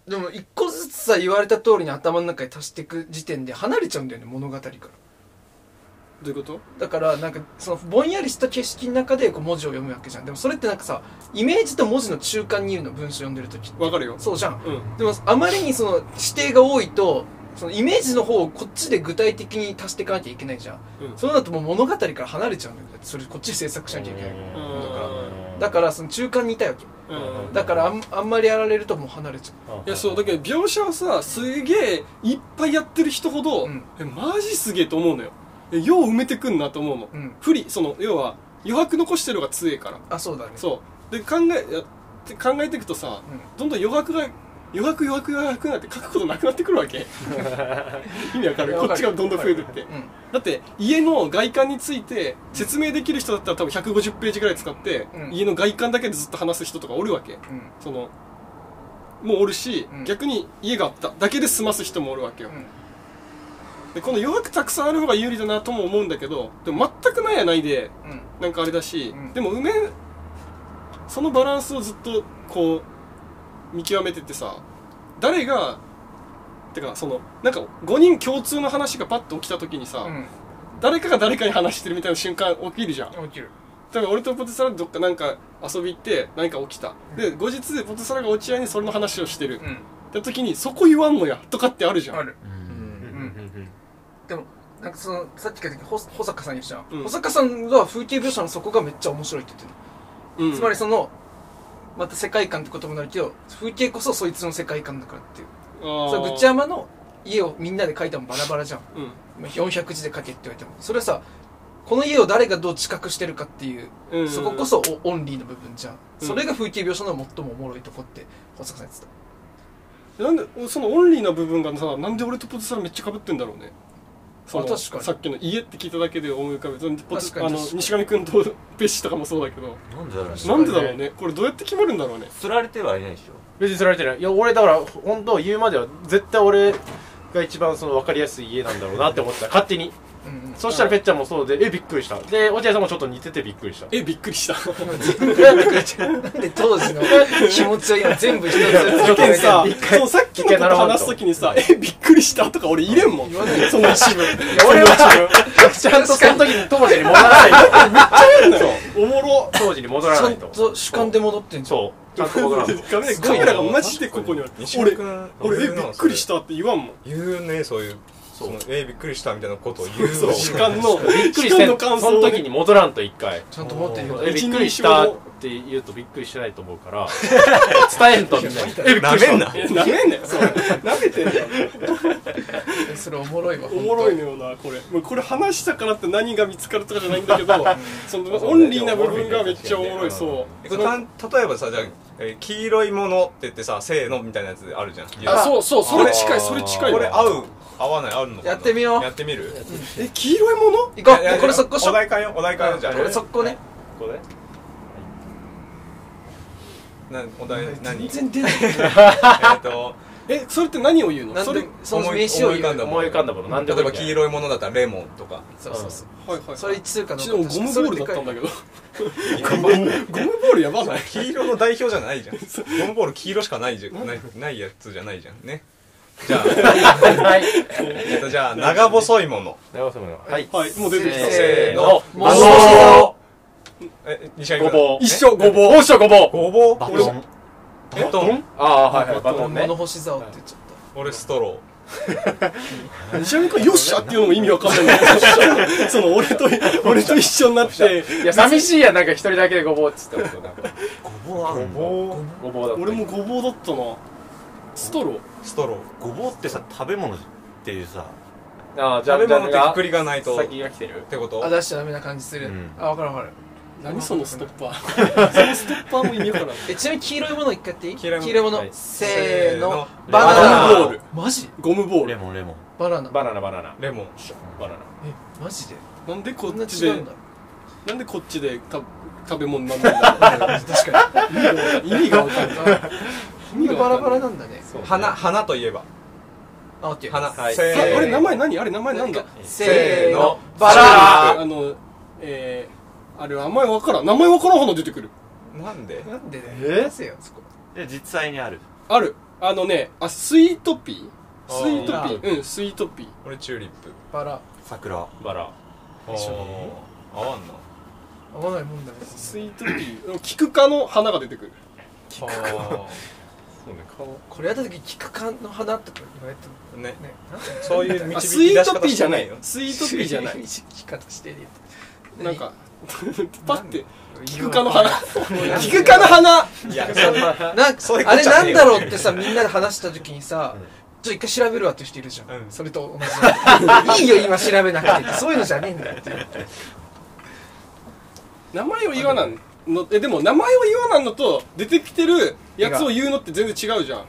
S2: うでも一個ずつさ言われた通りに頭の中に足していく時点で離れちゃうんだよね物語から
S1: どういうこと
S2: だからなんかそのぼんやりした景色の中でこう文字を読むわけじゃんでもそれってなんかさイメージと文字の中間にいるの文章読んでる時って
S1: わかるよ
S2: そうじゃん
S1: うん
S2: でもあまりにその指定が多いとそのイメージの方をこっちで具体的に足していかなきゃいけないじゃん、
S1: うん
S2: そうなるともう物語から離れちゃうんだよだってそれこっちで制作しなきゃいけないからだからその中間にいたいわけ
S1: うん
S2: だからあんあんまりやられるともう離れちゃ
S1: いやそうだけど描写はさすげえいっぱいやってる人ほど、
S2: うん
S1: えマジすげえと思うのよえよう埋めてくんなと思うの、
S2: ううん
S1: 不利その要は余白残してる方が強いから
S2: あそうだね
S1: そうで考えやって考えていくとさ、
S2: うん
S1: どんどん余白が余白余白余白なんて書くことなくなってくるわ け意味わかる
S2: いや
S1: こ
S2: わかる
S1: っちがどんどん増えてって
S2: うん
S1: だって家の外観について説明できる人だったら多分150ページぐらい使って、
S2: うん
S1: 家の外観だけでずっと話す人とかおるわけ
S2: うん
S1: そのもうおるし、
S2: うん
S1: 逆に家があっただけで済ます人もおるわけよ、
S2: うん
S1: でこの余白たくさんある方が有利だなとも思うんだけどでも全くないやないで
S2: うん
S1: なんかあれだし、
S2: うん
S1: でも埋めそのバランスをずっとこう見極めてってさ誰がてかそのなんか5人共通の話がパッと起きた時にさ、誰かが誰かに話してるみたいな瞬間起きるじゃん
S2: うん起きる
S1: だから俺とポテサラどっかなんか遊び行って何か起きたで後日ポテサラが落合にそれの話をしてる
S2: うん
S1: って時にそこ言わんのやとかってあるじゃん
S2: ある
S5: うん
S2: でもなんかそのさっきからほ保坂さん言うじゃん、
S1: うん
S2: 保坂さんは風景描写のそこがめっちゃ面白いって言ってる
S1: うん、
S2: つまりそのまた世界観ってこともなるけど風景こそそいつの世界観だからっていうそ
S1: そ
S2: れぐちゃまの家をみんなで描いてもバラバラじゃん
S1: うん
S2: まあ400字で描けって言われてもそれはさこの家を誰がどう知覚してるかっていう、
S1: うん
S2: そここそおオンリーの部分じゃん、
S1: うん
S2: それが風景描写の最もおもろいとこって保坂さん言ってた
S1: なんでそのオンリーな部分がさなんで俺とポテサラめっちゃ被ってんだろうねその
S2: あ確かに
S1: さっきの家って聞いただけで思い浮かべそのポテ
S2: 確かに
S1: あの
S2: 確かに
S1: 西上君と ペッシとかもそうだけど
S5: なんでだろうね
S1: なんでだろうねこれどうやって決まるんだろうね
S5: 釣られてはいないでしょ
S3: 別に釣られてないいや俺だから本当言うまでは絶対俺が一番その分かりやすい家なんだろうなって思ってた勝手に
S2: うんうん
S3: そしたらぺっちゃんもそうでえびっくりしたで落合さんもちょっと似ててびっくりした
S1: えびっくりした
S2: なんで当時の気持ちを今全部一つずつ
S1: さっきのさ
S3: 一回
S1: そうさっきのこと話すときにさ「えびっくりした」とか俺入れんもん
S2: 言わないよ
S1: その一部
S3: 俺はちゃんとその時に当時に戻らない
S1: おもろ
S3: 当時に戻ら
S2: ちゃ
S3: ない
S2: ん
S3: と
S2: と主観で戻ってんじゃん
S3: そうちゃんと 戻らないと
S1: カメラカメラがマジでここにある
S4: 西
S1: 俺
S4: 村君
S1: 俺えびっくりしたって言わんもん
S4: 言うねそういうそのえーびっくりしたみたいなことを言うの
S1: そう主観の
S3: びっく
S1: 主
S3: りし
S1: 観
S3: てそ
S1: の感想
S3: の
S1: を
S3: 時に
S1: ね
S3: 戻らんと一回
S2: ちゃんと戻ってるよ
S3: えびっくりしたって言うとびっくりしてないと思うから伝えんとみんなに
S4: えびっくりしたな
S1: えなめんなよそれなめてんだよ
S2: それおもろいわ
S1: おもろいのよなこれもうこれ話したからって何が見つかるとかじゃないんだけどそのオンリーな部分がめっちゃおもろいそ
S4: え
S1: う
S4: これたん例えばさじゃあ、えー黄色いものって言ってさせーのみたいなやつあるじゃん
S1: あそうそうそれ
S4: あ
S1: 近
S4: ー
S1: いそれ近い
S4: これ
S1: わ
S4: 合う合わない合うのかな
S2: やってみよう
S4: やってみる
S1: え黄色いもの
S2: 行こ
S4: いやいや
S2: うこれ速攻し
S4: お
S2: よ
S4: 題変えようお題変えようじゃあ
S2: うこれ速攻ね
S3: ここで
S4: なお題何
S2: 全然 出ない
S4: えっと
S1: えそれって何を言うの
S2: なん
S1: それ
S2: で
S1: はい
S2: その
S4: 思い
S2: 名刺を
S4: 思い浮かんだ
S3: 思い浮かんだもの何で
S4: 例
S3: もいいんじ
S4: えば
S3: ゃない
S4: 黄色いものだったらレモンとか
S2: そうそうそう
S1: はい
S2: それ一通か
S1: ち
S2: ど
S1: の
S2: う
S1: ゴ
S2: か
S1: ムボールだったんだけど
S4: ゴムボー
S1: ゴムボールやばない
S4: 黄色の代表じゃないじゃんゴムボール黄色しかないじゃんないないやつじゃないじゃんねじゃあ、
S3: はい
S4: えっと、じゃあ長細いもの
S3: 長袖のはい
S1: はいもう出てきた
S4: せーの
S2: もう
S3: あ
S4: え西
S3: のーご
S4: 垣
S3: ぼう
S1: 一緒ごぼう
S3: おっしゃごぼう
S4: ごぼう
S5: バ
S4: 俺
S5: トン
S4: えっと
S3: ああーはいはいバトンね
S2: 物干し竿って言っちゃった
S4: 俺ストロ
S1: ちなみにこれよっしゃっていうのも意味わかんないんだけどその俺と俺と一緒になって
S3: いや寂しいやんなんか一人だけでごぼうっつってことなんか
S5: ごぼうあ
S4: ー
S5: んの
S3: ご
S4: ぼ
S3: ぼうだった
S1: 俺もごぼうだったなストロー
S4: うストロー
S5: ごぼうってさ食べ物っていうさ
S3: ああじゃあ
S4: 食べ物ってひっく
S3: り
S4: りがないとっ
S3: 先が来てる
S4: てこと
S2: あ出しちゃダメな感じする、
S5: うん
S2: あ分かる分かる
S1: 何そのストッパーそのストッパーも意味わからない
S2: えちなみに黄色いもの一回やっていい
S4: 黄色いもの
S2: もの、
S3: はい
S2: せーの
S4: せ
S2: バ
S3: バ
S2: ナ
S3: ナナ
S2: ナ
S3: ボー
S1: ル
S2: マジ
S1: ゴムボー
S5: レ
S1: ル
S5: モンレモン
S2: バナナ
S3: バナナバナナ
S4: レモン
S3: バナナ
S2: えマジで
S1: なんでこ
S2: こんな
S1: っち
S2: 違う
S1: で
S2: ん だ
S1: なんでこっちでた食べ物なんだろう
S2: 確か
S1: 意味がわかんない
S2: にみんなバラバラなんだね
S3: そう
S4: 花花といえば
S2: あオッケー
S4: 花
S5: はい
S4: せ
S1: え
S4: ー
S1: あれ名前何あれ名前なんだ
S2: せーのバ
S4: バ
S2: ラ
S4: ラ
S1: あのえー、あれ名前わからん名前わからん花出てくる
S4: なんで
S2: なんでだよ
S3: え
S2: 出せよそこ
S5: で実際にある
S1: あるあのねあスイートピー
S4: あ
S1: ス
S4: ー
S1: イートピーうんスイートピー
S4: 俺チューリップ
S2: バラ
S5: 桜
S3: バラ
S4: あ
S2: 一緒
S4: ー合わんな
S2: 合わないもんだね
S1: スイートピーキク科の花が出てくる
S4: あ
S3: そうね
S2: これやった時キク科の花とか言われても
S4: ーね
S2: ねなんか
S4: そういう
S1: あ
S4: 導
S1: スイ
S4: き出
S1: ー
S4: し
S1: ト
S4: 方
S1: ピー
S4: し
S1: じ
S4: て
S1: ゃ
S4: な
S1: ないい
S4: よ
S1: よスイートピーじゃ ない
S2: 意識方してるよ
S1: なんかパッて
S2: 何
S1: キク科の 花キク科の花
S4: いや
S2: なん
S4: そういう
S2: あ
S4: こと
S2: れ
S4: じゃ
S2: な
S4: ねえ
S2: ん
S4: よ
S2: だろうってさみんなで話した時にさ、ちょっと一回調べるわって人いるじゃん、
S4: うん
S2: それと同 じいいよ今調べなくてってそういうのじゃねえんだよっていう
S1: 名前を言わなんのえでも名前を言わなんのと出てきてるやつを言うのって全然違うじゃん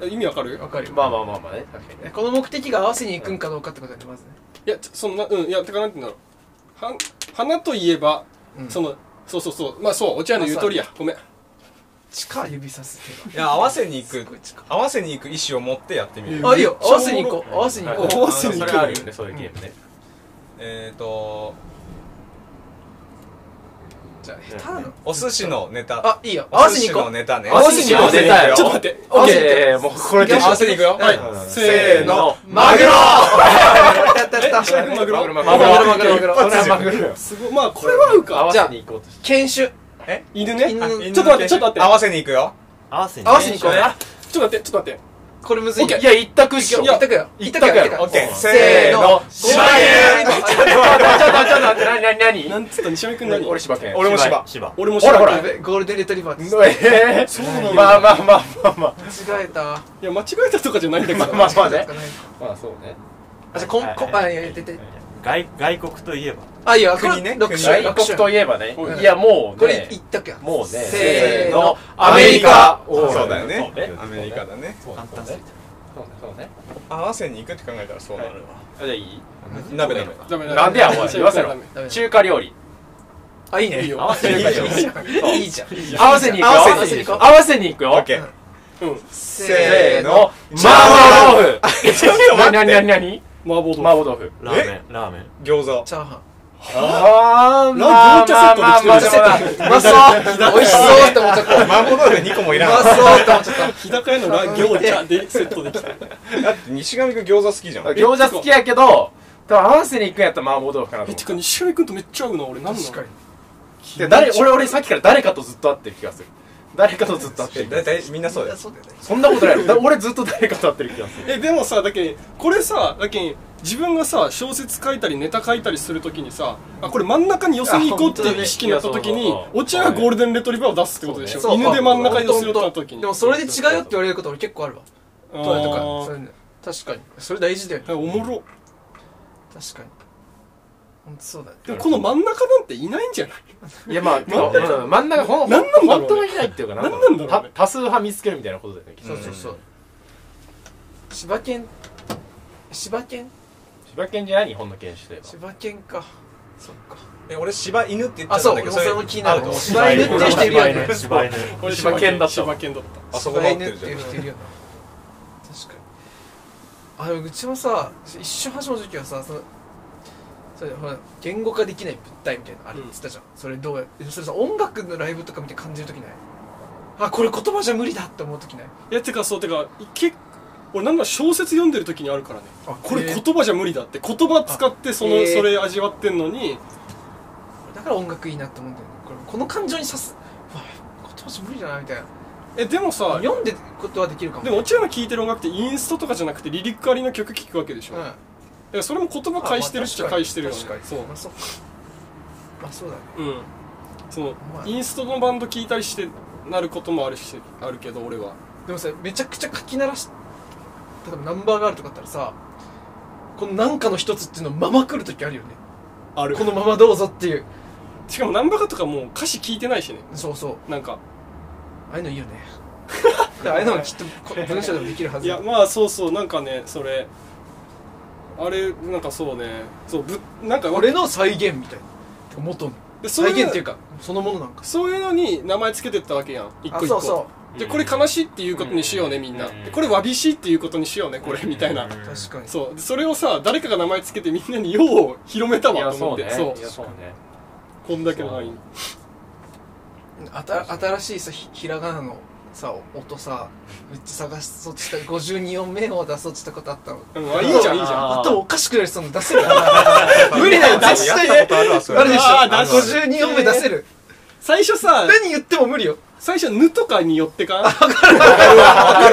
S1: え意味わかる
S2: わかるよ、
S3: まあまあまあまあね確かにね
S2: この目的が合わせに行くんかどうかってことだよねまずね
S1: いやちょそんなうんいやてかなんて言うんだろうは花といえば、
S2: うん
S1: そのそうそうそうまあそう落合の言う通りやごめん
S2: 近い指さす
S4: いや合わせに行
S2: す
S4: く
S2: ごい近い
S4: 合わせに行く意思を持ってやってみる
S2: あいいよ
S1: めっち
S2: 合
S1: ゃ
S2: わせに行こう合わせに行こう、
S1: はい合わせに行く
S3: それあるよねそういうゲームね
S4: えっと
S2: じゃあ下手なの
S4: お寿司のネタ
S2: あいいよ合わせに行
S4: お寿司の
S2: こ
S4: ネタね
S3: 合わせに行こう
S4: 合
S3: 絶対
S1: ちょっと待って
S3: オッケーもうこれ
S4: 合わせに行くよ
S2: はい
S1: せーの
S2: うマグロやったやった
S1: マ グロ
S3: マグロ
S2: マグロマグロマグロ
S3: それはマグロよ
S1: すごいまあこれは合う
S3: 合
S1: か
S3: わせに行こうとして
S2: 犬種
S1: 犬ね
S2: 犬
S1: あ
S4: あ
S1: ちょ
S4: 犬の
S1: っと待ってちょっと待って
S4: 合わせに行くよ
S5: 合わせに
S2: 合わせに行こう
S3: ね
S1: ちょっと待ってちょっと待って
S2: これむずいよ
S3: いや一択っしょ
S2: いや一択よ
S3: 一択やろ
S2: 一択
S4: オッケー
S2: せーの
S3: 柴
S2: 犬
S3: ちょっと待ってちょっと待ってちょっと待って何何
S1: なんつった西山君何
S3: 俺柴犬
S4: 俺も芝
S5: 芝
S1: 俺も
S3: ほらほら
S2: やべゴールデンレトリバーです
S3: え
S1: そうなの
S3: まあまあまあまあまあ
S2: 間違えた
S1: いや間違えたとかじゃないんだけど、
S3: まあまあね
S2: なんかない
S3: まあそうね
S2: あじゃあこんこんあいやいや出て
S5: 外外国といえば
S2: あいやこ
S4: 国
S2: れ
S4: ね
S2: 六
S4: 国
S2: 種
S3: 外
S2: 六
S3: 国と
S2: 種
S3: いえばね
S1: うん
S3: いやもう
S2: これ
S3: ね
S2: 一択や
S3: もうね
S2: せーの
S3: アメリカ
S4: そうだよ
S3: そうね
S4: ねアメリカだね
S3: そうねそうねそうね
S4: 合わせに行くって考えたらそうなるわ
S3: あじゃあいい
S4: 鍋鍋
S1: ダメ
S3: なんでやおい言わせろ
S2: ダメだ
S3: 中華料理
S2: あいいね
S1: いいよ
S3: 合わせに行くよ
S2: いいじゃん
S3: 合わせに行くよ
S2: 合わせに行こう
S3: 合わせに行く
S4: オッ
S3: よ
S4: ケー
S2: せーの
S3: の麻婆豆腐ちょっと
S4: 待って
S3: 何何何
S1: 麻婆豆腐
S3: 麻婆豆腐
S5: ラーメンラーメン
S4: 餃子
S2: チャーハン
S3: あー
S1: なんか
S3: まあまあまあまあ
S1: 紅茶セ
S3: まあ
S2: うまそう美味しそうって思っちゃったう
S4: 麻婆豆腐2個もいらん
S2: まそうって思っちゃった
S1: 日高屋のラ餃子でセットできた
S4: だって西上くん餃子好きじゃん
S3: 餃子好きやけど多分合わせに行くんやったら麻婆豆腐かなと
S1: え
S3: 思
S1: てか西上君とめっちゃ合うな俺なんなの
S2: 確かに
S3: ってで誰俺俺さっきから誰かとずっと会ってる気がする誰かとずっと会ってる気が
S4: だい
S3: する
S4: たいみんなそうだよ
S2: そうだよね
S3: そんなことないだ俺ずっと誰かと会ってる気がする
S1: えでもさだけこれさだけ自分がさ小説書いたりネタ書いたりするときにさあこれ真ん中に寄せに行こうっていう意識になったとき
S3: い
S1: に
S3: やそうそうそう
S1: お茶がゴールデンレトリバーを出すってことでし
S3: そ
S1: ょ
S2: うね
S1: 犬で真ん中に寄せようとなったときに
S2: でもそれで違うよって言われること俺結構あるわ
S1: あ
S2: トイレとか
S1: ー
S2: そういうの確かにそれ大事だよね
S1: おもろ
S2: 確かに本当そうだね
S1: でもこの真ん中なんていないんじゃない
S3: いやまあうん真ん中ほん
S1: なんなんだろうね
S3: 本当にいないっていうかなん
S1: なんなんだろう
S3: た
S1: ね
S3: 多数派見つけるみたいなことだよねきっと
S2: そうそうそう柴犬柴犬
S3: 柴犬じゃない日本の犬種といえば
S2: 柴犬かそっか
S4: え俺柴犬って言っちゃったんだけど
S2: あそう
S4: れ
S2: 俺も気になる
S4: アウト
S2: もう柴犬って人いるよね
S5: 柴犬
S1: これ
S3: 柴犬だった
S1: 柴犬だった
S4: あそこが合って
S2: 柴犬
S4: る
S2: っ
S4: じ
S2: て
S4: ゃん
S2: いう人いるよね確かにあでもうちもさ一瞬始まる時はさそのそれほら言語化できない物体みたいなのあれっつったじゃん、それどうやえそれさ音楽のライブとか見て感じる時ないあこれ言葉じゃ無理だって思う時ない
S1: いやてかそうてか結構俺なんなら小説読んでる時にあるからね
S2: あ
S1: これ
S2: えー
S1: 言葉じゃ無理だって言葉使ってその、
S2: えー
S1: それ味わってんのに
S2: だから音楽いいなって思うんだよねこれこの感情にさすうわ言葉じゃ無理だなみたいな
S1: えでもさ
S2: 読んでることはできるかも
S1: でも落合の聴いてる音楽ってインストとかじゃなくてリリックありの曲聴くわけでしょ、
S2: うん
S1: だからそれも言葉返してるっちゃ返してるよね、
S2: 確かに
S1: そう
S2: まあそっかまあそうだね
S1: うんその
S2: まあ
S1: インストのバンド聴いたりしてなることもあるしあるけど俺は
S2: でもさめちゃくちゃ書き鳴らし例えばナンバーガールとかだったらさこの何かの一つっていうのをまま来る時あるよね
S1: ある
S2: このままどうぞっていう
S1: しかも何バかとかもう歌詞聞いてないしね
S2: そうそう
S1: なんか
S2: ああいうのいい よねああいうのもきっとこ文章でもできるはず
S1: いやまあそうそうなんかねそれあれなんかそうねそうぶなんか
S2: 俺の再現みたいなてか元の
S1: でそう
S2: 再
S1: いう
S2: 現っていうかそのものなんか
S1: そういうのに名前つけてったわけやん一個一個
S2: あそうそ
S1: でこれ悲しいっていうことにしようねみんな
S3: うん
S1: でこれわびしいっていうことにしようねこれみたいな
S2: う確かに
S1: そうでそれをさ誰かが名前つけてみんなによう広めた
S3: い
S1: わ
S3: や
S1: と
S3: そ
S1: 思っ
S3: うね
S1: て
S3: そ
S1: そう
S3: ういやそうね
S1: こんだけの範囲に
S2: あた新しいさひひらがなのさ音さうち探しそうとした52音目を出そうとしたことあったの
S1: うんあいいじゃんいいじゃん
S3: あー
S2: 音おかしくなりそうなの出せる無理だよ出し
S4: や
S2: た
S4: っ
S2: い
S4: たことあるわそれ
S2: あるでしょ
S1: あー
S4: 出して
S2: 52音目出せる
S1: 最初さ
S2: 何言っても無理よ
S1: 最初「ぬ」とかによって かん
S4: わかるわかるわか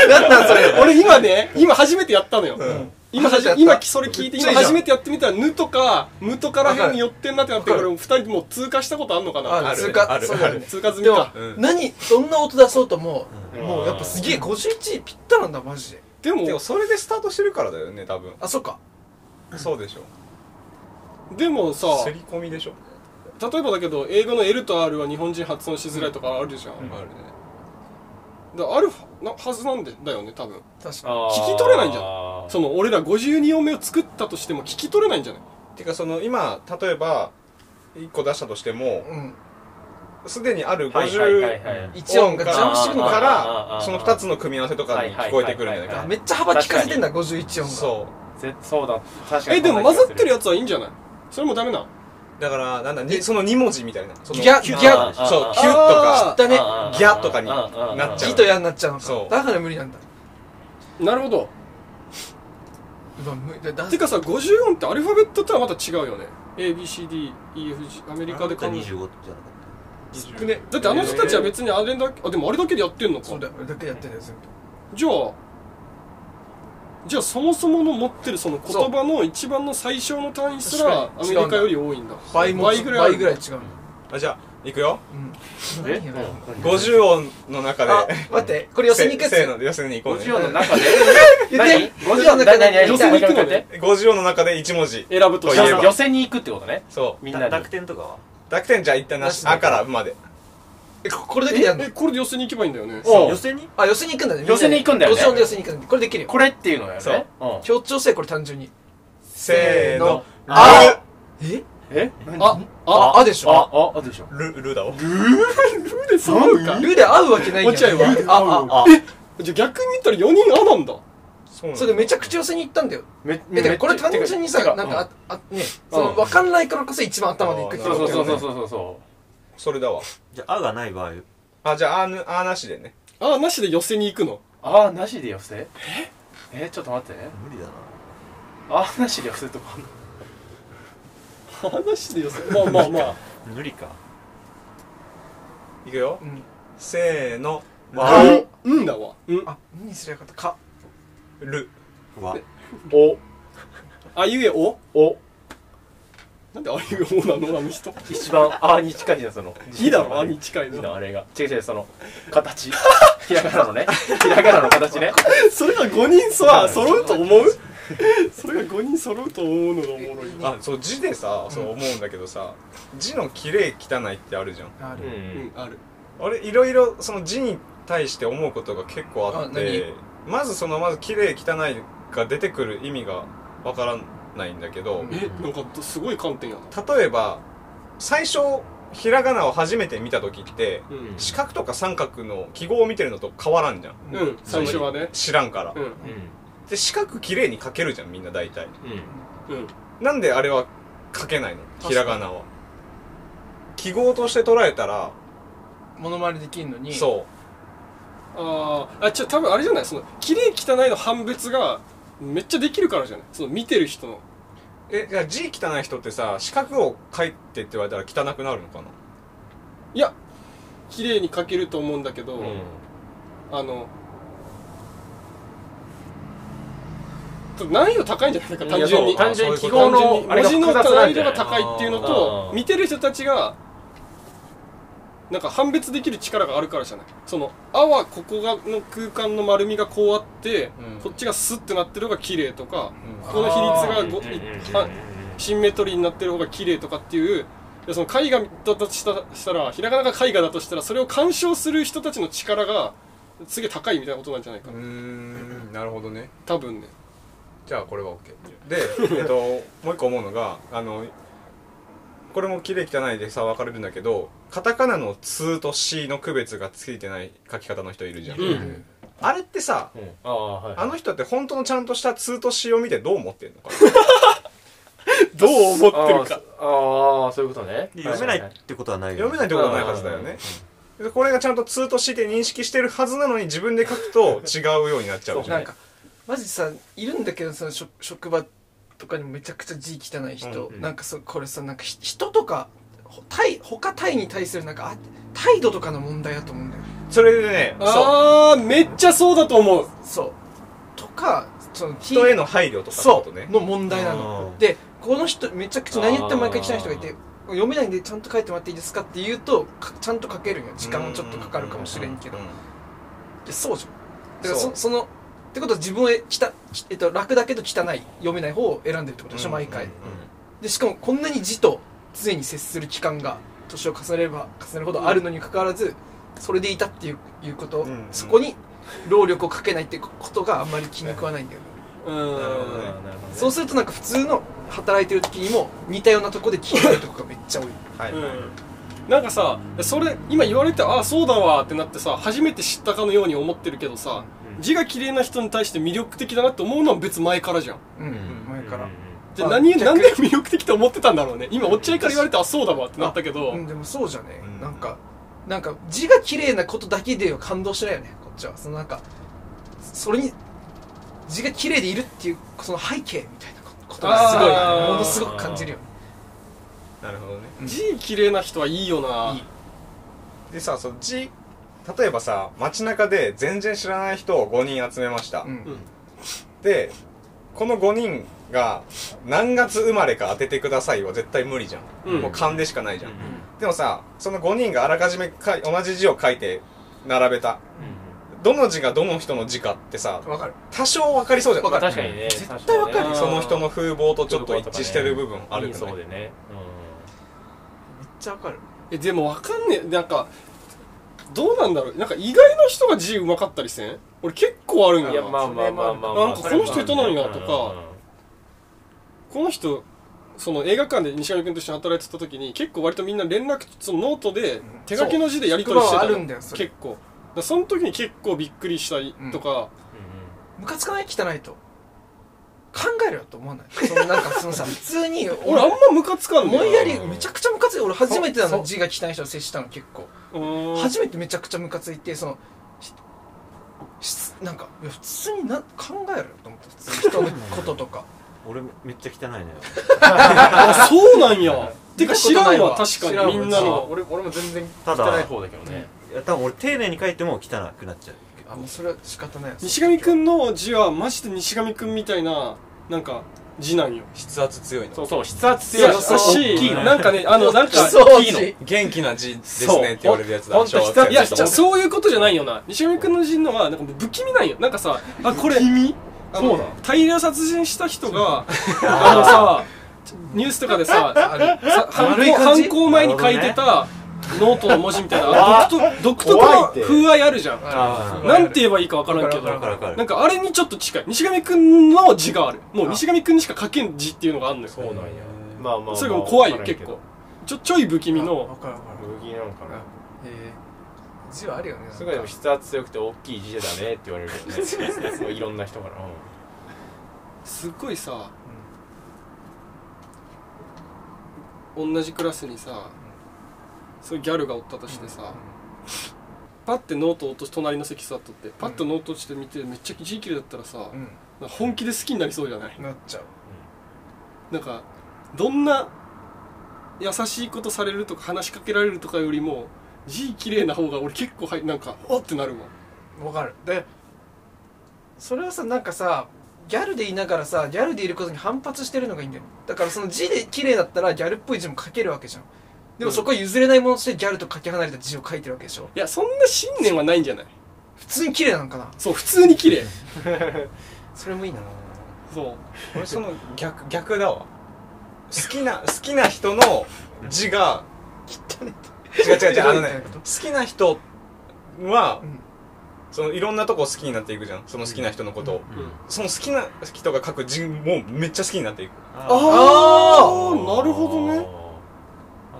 S4: る
S2: なんなんそれ
S1: 俺今ね今初めてやったのよ今はじ
S2: 初めてやった
S1: 今それ聞いて
S2: めっち
S1: 今
S2: ゃいいじゃん
S1: 初めてやってみたら「ぬ」とか「む」とから
S2: わか
S1: 辺
S2: る
S1: に寄ってんなってなって
S2: わか
S1: 俺
S2: る
S1: も2人もう通過したことあんのかな
S2: あ
S4: ある
S2: 通過
S4: ある
S2: そうだ
S4: あ
S2: ね
S4: る
S1: 通過済み
S2: でも
S1: か
S4: うん
S2: 何どんな音出そうとも
S3: うん
S2: もうやっぱすげえ51ぴったりなんだマジで
S1: でも
S4: でもそれでスタートしてるからだよね多分
S2: あそっか
S4: そうでしょ
S1: でもさ
S4: 刷り込みでしょ
S1: 例えばだけど英語の L と R は日本人発音しづらいとかあるじゃん、
S4: あるね
S1: だからあるはなはずなんでだよね多分
S2: 確か
S3: あー
S1: 聞き取れないんじゃんその俺ら52音目を作ったとしても聞き取れないんじゃない
S4: てかその今例えば1個出したとしても
S2: にうん
S4: すでにある
S3: はいはいはい
S4: 50
S3: はい
S2: 一音がジャンプしてく
S4: る
S2: の
S4: か
S2: から
S4: その2つの組み合わせとかに聞こえてくるんじゃ
S3: はい
S4: ないか
S2: ら
S3: は
S4: ない
S2: めっちゃ幅利かせてんだ51音が
S4: そ
S3: ぜそうだ確かに
S1: えでも混ざってる
S3: よ
S1: やつはいいんじゃないそれもダメな
S4: うだからなんだにその2文字みたいなその
S2: ギャギ
S4: キュ
S2: ャ
S4: ッ
S2: ギャ
S4: そう
S3: あー
S4: キュッとか
S1: あ
S2: だね
S4: ギャとかになっちゃう
S2: ギとヤになっちゃうの
S4: そ
S2: か
S4: う
S2: だから無理なんだ
S1: なるほど
S2: うわ無理だだ
S1: てかさ50音ってアルファベットとはまた違うよね ABCDEFG アメリカで考え
S5: 25じゃなかった
S2: 少ね
S1: だってあの人たちは別にあれだけあでもあれだけでやってんのか
S2: そうだ俺だけやってんだよ全部
S1: じゃあじゃあそもそもの持ってるその言葉の一番の最小の単位すらアメ
S2: 確かに
S1: リカより多いんだ
S2: 倍も
S1: 倍ぐらいある
S2: 倍ぐらい違うの
S4: あじゃあいくよ
S2: うん
S3: え
S2: 何や
S4: 50音の中
S2: あ
S4: で
S2: 待ってこれ寄せに行くや
S4: せせー
S2: つ
S4: ので寄せに行こう
S3: 50
S4: ね
S3: 音の中で
S2: 言っ
S3: 何
S2: て
S3: 50音の中で
S1: 寄せに行くのね
S4: 50音の中で1文字
S1: 選ぶとした
S4: といえば
S1: ら
S3: 寄せに行くってことね
S4: そ
S3: みんなに
S5: 濁点とかは
S4: う濁点じゃ一旦なし「あ」から「まで
S2: えここれだけでやんの
S1: えこれで寄せに行けばいいんだよね
S3: おう
S5: 寄せに
S2: あ寄せに行くんだね
S3: 寄せに行くんだよね
S2: 寄せで寄せに行くんだこれできるよ
S3: これっていうのやね
S4: そう
S3: うん
S2: 協調性これ単純に
S4: せーの「
S2: あ
S4: あ
S2: え
S3: え
S1: ああ
S2: ああでしょ
S3: あああでしょ」
S4: ル「ル」だお
S1: ルで揃うか
S2: ルで合うわけないやん
S1: 落合は
S2: ルでああ
S5: あ
S1: じゃあ逆に言ったら4人あなんだ
S4: そうなんだ
S2: それでめちゃくちゃ寄せに行ったんだよ
S3: め
S2: えでこれ単純にさ
S3: てか
S2: なん
S3: う
S2: かああねその
S3: うん
S2: 分かんないからこそ一番頭でいくって
S4: あ
S2: ことだよ
S3: そうそう
S2: ね
S3: そうそうそうそ
S4: それだわ
S5: じゃあ「あ」がない場合
S4: あじゃああーぬあーなしでね
S1: あなしで寄せに行くの
S3: うああなしで寄せええちょっと待ってね
S5: 無理だな
S3: ああなしで寄せとかあんの
S1: あなしで寄せまあまあまあ
S5: 無理か
S4: いくよ
S2: うん
S4: せーの
S5: わ
S1: うんうんだわうん
S2: あ何すりゃよかったか
S4: 「ル
S5: わ
S3: お
S1: あゆえお
S3: お
S1: なんであゆえおなのあの人
S3: 一番あーに近いじゃんその
S1: いいだろあに近い
S3: いいな
S1: の
S3: あれが違う違うその形ひらがなのねひらがなの形ね
S1: それが5人さ揃うと思うそれが5人揃うと思うのがおもろいな
S4: あそう字でさそう思うんだけどさ字の綺麗汚いってあるじゃん
S2: あ
S3: う
S2: る
S1: うん
S3: ん
S1: ある
S4: あれいろいろその字に対して思うことが結構あっ
S2: あ何
S4: てまずそのまず綺麗汚いが出てくる意味がわからんないんだけど
S1: えなんかすごい観点やな
S4: 例えば最初ひらがなを初めて見た時って
S1: うん
S4: 四角とか三角の記号を見てるのと変わらんじゃん
S1: うん最初はね
S4: 知らんから
S1: うん
S4: で四角綺麗に書けるじゃんみんな大体
S3: うん
S1: うん
S4: なんであれは書けないの
S1: かに
S4: ひらがなは記号として捉えたら
S2: 物まねできんのにう
S4: そ
S1: あーあじゃあ多分あれじゃないその綺麗汚いの判別がめっちゃできるからじゃないその見てる人の
S4: うえじゃあ字汚い人ってさ四角を書いてって言われたら汚くなるのかない
S1: や綺麗に書けると思うんだけど、
S3: うん
S1: あのちょっと難易度高いんじゃないか
S3: い
S1: 単
S3: や
S1: 純に
S3: そう単純に記
S4: そういう
S3: 号
S4: こ
S1: 単純
S3: の
S1: に
S3: あれ
S1: 文
S3: が
S1: 字の
S3: 複雑な
S1: 難
S3: ん
S1: 易
S3: じ
S1: 度が
S3: ゃない
S1: 高いっていうの
S3: あ
S1: と
S3: ー
S1: 見てる人たちがなんか判別できる力があるからじゃないその「あ」はここがの空間の丸みがこうあって、
S4: うん
S1: こっちがスッてなってる方が綺麗とか、
S4: うん
S1: ここの比率がご
S3: うんうんうんうん
S1: はシンメトリーになってる方が綺麗とかっていういやその絵画だとしたしたらひらがなが絵画だとしたらそれを鑑賞する人たちの力がすげえ高いみたいなことなんじゃないか
S4: うー
S1: なん
S4: なるほどね
S1: 多分ね
S4: じゃあこれは OK で、えっと、もう一個思うのがあのこれも綺麗汚いでさ分かれるんだけどカタカナの「ツ」と「シ」の区別がついてない書き方の人いるじゃん、
S1: うん
S4: あれってさ
S3: うんああはい
S4: あの人って本当のちゃんとした「ツ」と「シ」を見てどう思ってんのか
S1: どう思ってるか
S3: あーあーそういうことね
S5: 読めないってことはない
S4: 読めないってことはないはずだよねでこれがちゃんと「ツ」と「シ」で認識してるはずなのに自分で書くと違うようになっちゃうじゃ
S2: なん
S4: ん
S2: かマジさいるんだけどその職職場とかにもめちゃくちゃ字汚い人、
S4: うん
S3: うん
S2: なんかそこれさなんかひ人とかほ対他対に対するなんかあ態度とかの問題だと思うんだよ
S4: それでねそう
S1: ああめっちゃそうだと思う
S2: そうとかその
S4: 人への配慮とかのこ
S2: そ
S4: とね
S2: うの問題なの
S5: あー
S2: でこの人めちゃくちゃ何言っても毎回汚い人がいて読めないんでちゃんと書いてもらっていいですかって言うとかちゃんと書けるんよ時間はちょっとかかるかもしれんけど
S4: う
S2: でそうじゃんだから
S4: そう
S2: そそのってことは自分をきた、きえっと、楽だけど汚い読めない方を選んでるってことでしょ、毎回
S4: うん
S2: でしかもこんなに字と常に接する期間が年を重ねれば重ねるほどあるのにもかかわらずそれでいたっていういうこと、
S4: うんうん
S2: そこに労力をかけないってことがあんまり気に食わないんだよね
S1: うん
S4: なるほどね
S2: そうするとなんか普通の働いてる時にも似たようなとこで聞いてるとこがめっちゃ多い
S4: はい、
S1: うんなんかさそれ今言われてああそうだわってなってさ初めて知ったかのように思ってるけどさ
S3: うん
S1: 字が綺麗な人に対して魅力的だなって思うのは別前からじゃん
S2: うん、前から、
S1: じゃあ
S2: まあ
S1: 何
S2: 逆
S1: なんで魅力的と思ってたんだろうね今落合から言われてあそうだわってなったけど
S2: うん、でもそうじゃね、
S4: うん
S2: なんかなんか字が綺麗なことだけでは感動しないよねこっちはそのなんかそれに字が綺麗でいるっていうその背景みたいなことがすごい
S1: あー
S2: ものすごく感じるよね
S4: なるほどね
S1: 字綺麗な人はいいよない
S2: い
S4: でさその字例えばさ街中で全然知らない人を5人集めました、
S2: うん
S4: でこの5人が何月生まれか当ててくださいは絶対無理じゃん、
S1: うん
S4: もう勘でしかないじゃん、でもさその5人があらかじめかい同じ字を書いて並べたどの字がどの人の字かってさ
S2: わかる
S4: 多少分かりそうじゃん
S2: わかる
S3: 確かにね
S2: 絶対わかる
S3: 確にね
S4: その人の風貌とちょっと一致してる部分あるよ
S3: そう
S4: ね
S3: でね
S2: めっちゃわかる
S1: えでもわかんねえなんかどうなんだろうなんか意外な人が字うまかったりせん俺結構あるん
S3: うん
S1: や
S3: い
S1: な
S3: やまあまあまあまあまあ
S1: なんかこの人いたのになとかこの人その映画館で西上君と一緒に働いてた時に結構割とみんな連絡そのノートで手書きの字でやり取りして
S2: そう
S1: た
S2: 宿
S1: の
S2: 場はあるんだよそれ
S1: 結構だからその時に結構びっくりしたりとか、
S2: ムカつかない汚いと考えるよと思わないそのなんかその さ普通に
S1: 俺あんまムカつかんね
S2: 思い
S1: え
S2: やりめちゃくちゃムカつい俺初めてあの字が汚い人と接したの結構
S1: うーん
S2: 初めてめちゃくちゃムカついてそのししなんかいや普通にな考えるよと思って普通に人のこと とか
S5: 俺めっちゃ汚いのよ
S1: あそうなんやてか知らんわ
S2: 見たことないわ
S1: 確
S2: 知
S1: から
S2: ん
S1: に
S2: わ
S1: みんなの
S3: 俺も全然
S5: た
S3: 汚い
S5: だ
S3: 方だけどね
S5: いや多分俺丁寧に書いても汚くなっちゃう
S2: あもうそれは仕 方ないよ
S1: 西上くんの字はマジで西上くんみたいななんか字なんよ
S4: 筆圧強いの
S3: そうそう筆圧
S1: いや
S3: 強い
S1: 優しいなんかねあのなんか
S2: そう
S1: いいの
S2: し
S4: 元気な字です
S1: そう
S4: ねって言われるやつだ
S3: ほんと
S4: 小学生
S3: い
S1: いや、
S3: や
S1: じゃあそういうことじゃないよな。西上くんの人のは、なんかもう不気味なんよ。なんかさ、あ、これ、あの
S3: そうなの
S1: 大量殺人した人が、あのさ、ニュースとかでさ、
S2: ある
S1: さ犯
S2: 悪い
S1: 行
S2: 感じ
S1: 犯行前に書いてた、ノートの文字みたいな独特独特
S5: 怖い
S1: の
S5: って
S1: 風合いあるじゃん
S5: あ
S2: ー
S1: なんて言えばいいか分からんけ
S2: わかるわ
S1: ど
S5: わかる
S1: なんかあれにちょっと近い西上くんの字があるもう西上くんにしか書けん字っていうのがあるのよ
S3: そうなんやまあまあまあ
S1: それがもう怖い
S3: わ
S1: よ
S3: からんけ
S1: 結
S3: ど
S1: 構ちょちょい不気味
S2: わ
S1: の
S2: かるわかる
S3: 麦なんかな
S2: えー字はあるよね
S3: すごいでも筆圧強くて大きい字だねって言われるけどねすごいいろんな人 から、うん
S1: すっごいさ同じクラスにさそういうギャルがおったとしてさパッてノート落とし隣の席座っとってパッとノート落ちて見てめっちゃ字綺麗だったらさ
S2: うんうん
S1: なんか本気で好きになりそうじゃない
S2: うんなっちゃう
S1: なんかどんな優しいことされるとか話しかけられるとかよりも字綺麗な方が俺結構はいなんかおってなるもん
S2: わかるでそれはさなんかさギャルでいながらさギャルでいることに反発してるのがいいんだよだからその字で綺麗だったらギャルっぽい字も書けるわけじゃんでもそこは譲れないものとしてギャルとかけ離れた字を書いてるわけでしょ
S1: いやそんな信念はないんじゃない
S2: 普通に綺麗なのかな
S1: そう普通に綺麗
S2: それもいいな
S1: そう
S4: 俺その逆逆だわ好きな好きな人の字が汚ね違う違う違うあのね好きな人は、
S2: うん
S4: そのいろんなとこ好きになっていくじゃんその好きな人のことを、
S1: うん
S4: その好きな人が書く字もめっちゃ好きになっていく
S1: あーなるほどね
S5: わ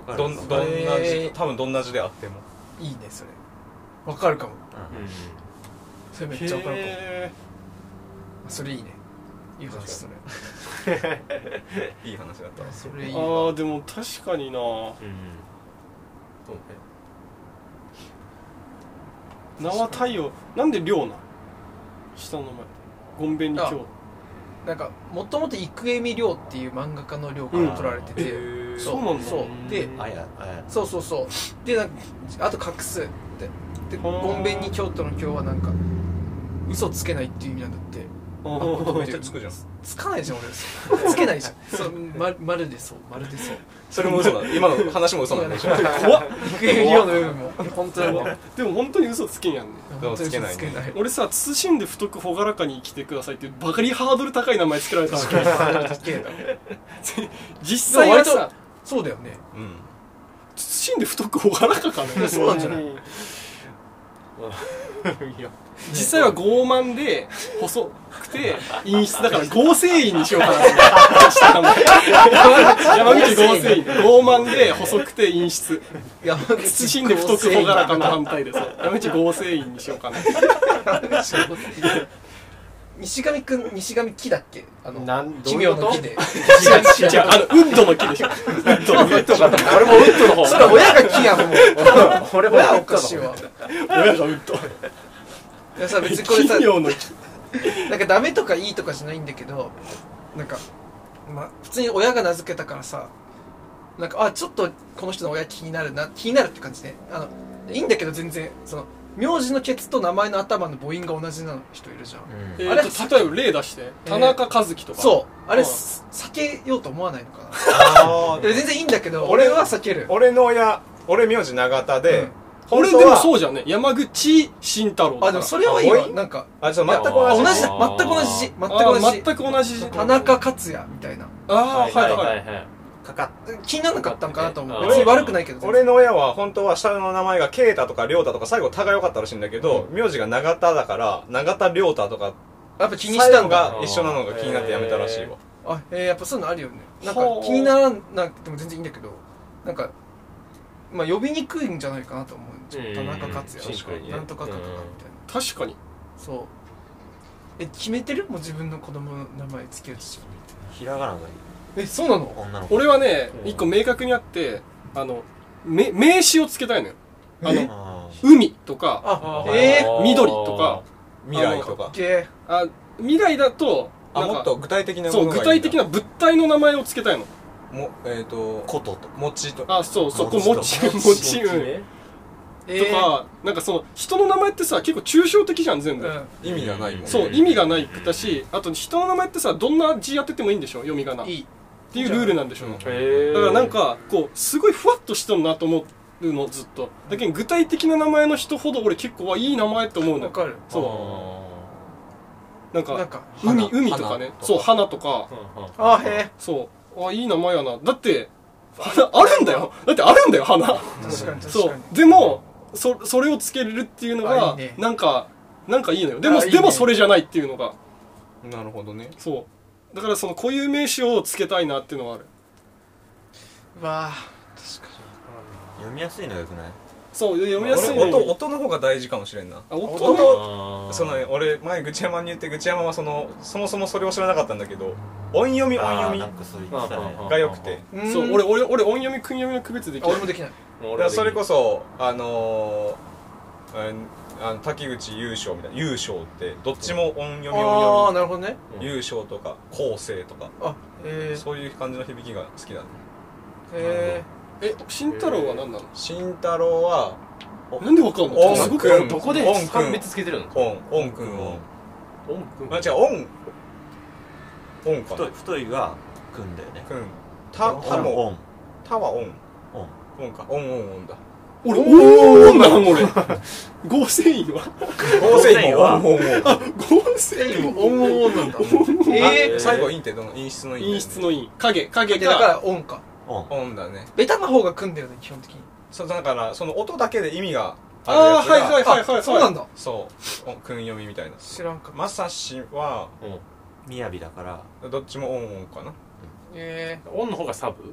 S5: かる
S4: どんどんな
S2: へ
S4: 字
S2: ー
S4: 多分どんな字であっても
S2: いいねそれわかるかもそれめっちゃわかるかも
S1: へ
S2: それいいねいい話それ
S4: いい話だったわ
S2: そ
S1: ー
S2: れいい
S1: あ
S2: わ
S1: ーでも確かにな
S3: うんうん
S4: そうね
S1: 名は太陽なんで亮な下の名前ゴンベンに今日
S2: なんかもともと生江美涼っていう漫画家の涼から取られてて、
S1: ーそうなんだ
S2: そうで
S5: あやあや
S2: そうそうそうでなんかあと隠すってで
S1: ほー
S2: ごんべんに京都の京はなんか嘘つけないっていう意味なんだって
S4: めっちゃつくじゃん
S2: つかないじゃん俺つけないじゃんそうままるでそうまるでそう
S4: それも嘘だ今の話も嘘なんでしょ
S1: 怖っ
S2: 育英美涼の部分も本当だも
S1: でも本当に嘘つけんやんね
S2: 本当に嘘つけ
S4: つけ
S2: ない
S1: 俺さ慎んで太く朗らかに生きてくださいっていうバカにハードル高い名前つけられたわ け実際は
S2: でも
S1: さ
S2: 割そうだよね
S4: うん
S1: 慎んで太く朗らかかね
S2: そうなんじ ゃない
S3: いや
S1: 実際は傲慢で細く て陰湿だから合成院にしようかなって下の名前山口合成院傲慢で細くて陰湿
S2: 山口
S1: 慎んで太く朗らかの反対でさ山口合成院にしようかなって
S2: 西上くん西上木だっけあの
S3: なんど
S2: 奇
S3: ういう
S2: 妙
S3: こ
S2: の
S3: と
S2: 木で
S1: 違う違うあのウッドの木でしょ
S3: 俺もウッドの方
S2: それ親が木やんもう俺もおかしいわ
S1: 親がウッド
S2: いやさ別にこれさ
S1: 奇妙の木
S2: なんかダメとかいいとかじゃないんだけどなんか、まあ、普通に親が名付けたからさなんかあちょっとこの人の親気になるな気になるって感じねあのいいんだけど全然その名字のケツと名前の頭の母音が同じな人いるじゃん、
S1: え
S2: あれ
S1: ー、と例えば例出して田中和樹とか、
S2: そうあれ、
S1: うん
S2: 避けようと思わないのか
S4: あ
S2: ないや全然いいんだけど
S4: 俺
S2: 俺は避ける
S4: 俺の親俺名字永田で、
S2: うん
S1: 俺
S4: 本
S1: で
S4: 当
S1: も
S4: は
S1: そうじゃんね山口慎太郎だから
S2: あでもそれはいいわ
S4: あ
S2: なんか
S4: あそう全く
S2: あ
S4: 同
S2: 同
S4: じ
S2: じ
S4: だ
S2: だ
S3: あ
S2: 全
S3: ー
S2: く同じ字全く
S1: あ
S2: 同じ
S1: ー
S2: 字
S1: 全く同じ字
S2: 田中克也みたいな
S1: ああーはいはい、
S3: いはい
S5: かかっ
S2: 気にならなかったのかなと思
S3: う
S2: うん別に悪くないけど全然
S4: 俺の親は本当は下の名前が啓太とか亮太とか最後多が良かったらしいんだけど、名字が永田だから永田亮太とか
S2: やっぱ気にしたのが
S4: が一緒なのが気になってやめたらしいわ、
S2: あえー、やっぱそういうのあるよねなんか
S1: ほう
S2: 気にならなくても全然いいんだけどなんかまあ呼びにくいんじゃないかなと思うちょっと田中克
S3: うん
S2: 也
S3: シンプルにね
S2: なんとかかとかみたいな、
S1: 確かに
S2: そうえ決めてるもう自分の子供の名前つけるとしたら
S5: ひらがながいい
S2: えそうなの
S5: 女の子
S1: 俺はね
S3: うん
S1: 一個明確にあってあのめ名詞をつけたいのよあの
S5: あ
S1: 海とか
S2: あ
S3: はい
S2: えー、
S1: ー緑とか
S4: 未来とか
S2: け
S1: あ未来だと
S4: あ
S1: なんか
S4: もっと具体的なも
S1: そ
S4: の
S1: う
S4: がいい
S1: 具体的
S4: な
S1: な物体の名前をつけたいの
S4: もえっ、ー、と
S5: ことと
S4: 餅と
S1: あそうそうこう
S5: も
S1: も
S5: ち
S1: ち
S5: ろん
S1: もちうん
S3: ね
S2: え
S1: と
S2: ー、
S1: か、なんかその人の名前ってさ結構抽象的じゃん全部、
S4: 意味がないもんね
S1: そう意味がないくだしあと人の名前ってさどんな字当ててもいいんでしょ読み仮名
S2: うん
S1: っ
S2: いい
S1: ていうルールなんでしょ
S4: うん
S3: へえ
S1: だからなんかこうすごいふわっとしてるなと思うのずっとだけど具体的な名前の人ほど俺結構はいい名前って思う
S2: わ
S1: の
S2: かる
S1: そ
S3: あ
S1: うなん
S2: なん
S1: か
S2: か
S1: 海
S4: 花
S1: 海とかね
S4: 花とか
S1: そう花とか
S3: ー
S2: あーへ
S1: そうあいい名前やなだって花あるんだよだってあるんだよ花
S2: 確かに確
S1: そ
S2: か
S1: う
S2: に
S1: でもそそれをつけれるっていうの
S2: あいい
S1: が
S2: ね
S1: なんかなんかいいのよでも
S2: あいい
S1: で
S2: ね
S1: もそれじゃないっていうのが
S4: なるほどね
S1: そうだからその固有名詞をつけたいなっていうのはある
S2: うわあ
S5: 読みやすいのよくない
S1: そう読みやすい
S4: 俺
S1: の
S4: 音
S1: に
S4: 音の方が大事かもしれんな
S1: あ音
S2: 音
S1: 音
S4: そのね俺前愚痴山に言って愚痴山はそのそもそもそれを知らなかったんだけど音読み音
S5: あ
S4: 読
S5: ー
S4: み
S5: なんかそれ言ってたね
S3: あ
S4: が良くて
S2: ー
S1: そう俺俺俺音読み訓読みの区別でき
S2: あ
S1: る
S2: 俺もできない
S4: だからそれこ
S3: そ
S4: そあのーああの滝口優勝みたいな優勝ってどっちも音読み
S2: ああ
S4: 音
S2: ーなるほどね
S4: 読み優勝とか構成とか
S2: あえー
S4: そういう感じの響きが好きだね
S2: え
S1: え慎太郎は何なの
S4: 慎太郎は
S1: なんでわかんの
S4: 音
S1: すごく
S4: 楽
S3: どこで
S4: 音
S3: 判
S4: 君
S3: 別つけてるの
S4: 音音君を
S3: 音
S4: あ違う音音か
S5: 太い太いが組んだよね
S4: 君たたも
S5: オン
S4: たは音
S5: オン
S4: 音か音音音だ
S1: 俺おーんなん俺合成員は
S4: 合成音
S5: は
S4: 音音音
S1: 合成
S2: ー、で
S1: 員
S2: もオンオンオンなんだえ
S4: え
S5: ー
S4: 最後インってどの陰質のインだよね
S1: 陰質の陰影影
S2: ー、でだか
S1: から
S2: オンか
S5: オン
S4: 音だね
S2: ベタな方が組んだよね基本的に
S4: そうだからその音だけで意味がある
S1: あ
S4: や
S1: あ
S4: つ
S1: ー
S4: が
S1: はいはいはいはい
S2: あそうなんだ
S4: そう音訓読みみたいな
S2: 知らんか
S4: まさしは
S5: みやびだから
S4: どっちも音音かな
S2: え
S3: オンの方がサブ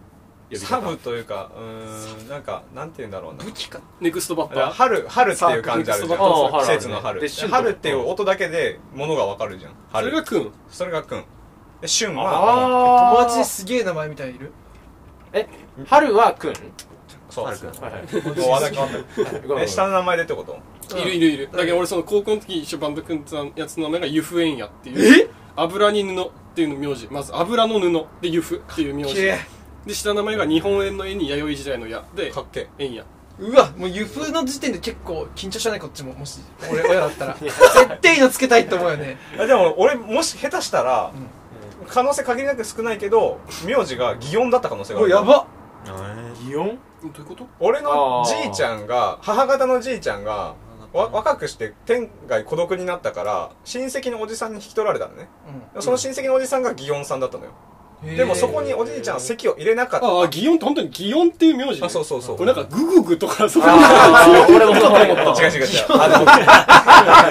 S4: サブというかうーんなんかなんて言うんだろう
S2: ー、
S4: な
S2: 武器か
S1: ネクストバッ
S4: だから
S1: タ
S4: 春春っていう感じあるじゃん
S1: サークル
S3: とか
S4: 季節の春
S3: で春と
S4: 春っていう音だけで物がわかるじゃん
S1: ーそれが
S4: 春
S1: くん
S4: それがくんで旬は
S2: 友達
S3: あ
S2: ですげえ名前みたいにいる
S3: あ春はくん
S4: そう
S5: 春くん
S3: はいはい
S4: もう話題変わった
S3: ごめん
S4: え下の名前でってこと
S1: いるいるいるだけど俺その高校の時一緒バンド組んでたやつの名前がユフエンヤっていう油に布っていうの名字まず油の布でユフっていう名字
S2: きれい
S1: で下の名前が日本円の絵に弥生時代の矢で
S4: かっけ
S1: 円や
S2: うわもう湯風の時点で結構緊張しないこっちももし俺親だったら絶対のつけたいって思うよね
S4: えあでも俺もし下手したら可能性限りなく少ないけど名字が擬音だった可能性があ
S2: こ
S4: る
S2: れやば
S3: 擬音
S1: どういうこと
S4: 俺の
S3: あ
S4: じ
S3: ー
S4: いちゃんが母方のじいちゃんがわ若くして天外孤独になったから親戚のおじさんに引き取られたのねその親戚のおじさんが祇園さんだったのよ、でもそこにおじいちゃんは籍を入れなかった
S1: ああ祇園って本当に祇園っていう名字ね
S4: あそうそうそう
S1: これなんかグググとかそういう
S3: あー俺もそう思った
S4: 違う違う違う あ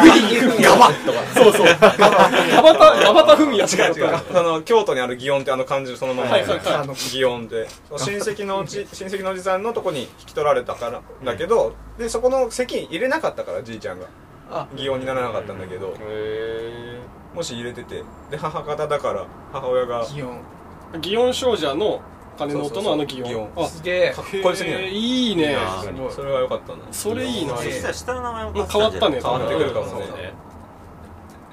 S2: グリーンやば
S1: そうそう。ガバタ、ガバタフミヤ
S4: の違う違うその京都にある祇園ってあの漢字そのまま
S1: はいはいはい
S2: あの
S4: 祇園で親戚のお じ親戚のおじさんのとこに引き取られたからだけど、でそこの籍入れなかったからじいちゃんが
S2: あ
S4: 祇園にならなかったんだけど、
S3: へ
S4: もし入れててで母方だから母親が
S2: 気温
S1: 祇園少女の鐘の音のあの祇園。
S4: そう
S1: あ、
S2: すげえ
S4: かっこよすぎない
S1: へーいいね。
S3: ー
S2: すごい
S4: それは良かったな
S1: それいいな。
S5: そしたら下の名前も
S1: もう変わったね。
S4: 変わってくるかも
S1: そう
S4: ね
S1: だね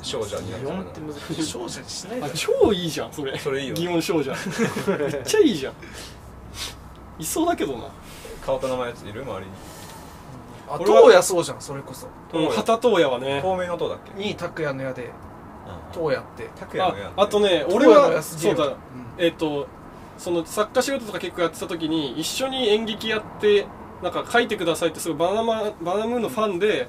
S4: 少女になっ
S3: 擬
S4: たか
S3: 音
S4: な
S3: って難しい
S2: 少女にしないだ
S1: あ
S2: ろ
S1: 超いいじゃん、それ。
S4: それいいよ
S1: 祇園少女。めっちゃいいじゃん。いそうだけどな。
S4: 変わった名前のやついる周りに
S2: あ
S4: 俺は
S2: 東野そうじゃんそれこそ
S1: うん、旗東也はね。
S4: 透明の塔だっけ
S2: に拓也の矢で東野って
S4: 拓也のや
S1: あ、あとね、俺
S2: 東野の矢
S1: は、
S2: すげえ
S1: そ
S2: よ
S1: うだ、えっと、その作家仕事とか結構やってた時に、一緒に演劇やって、なんか書いてくださいってすごいバナナバナナムーンのファンで、
S2: うんうん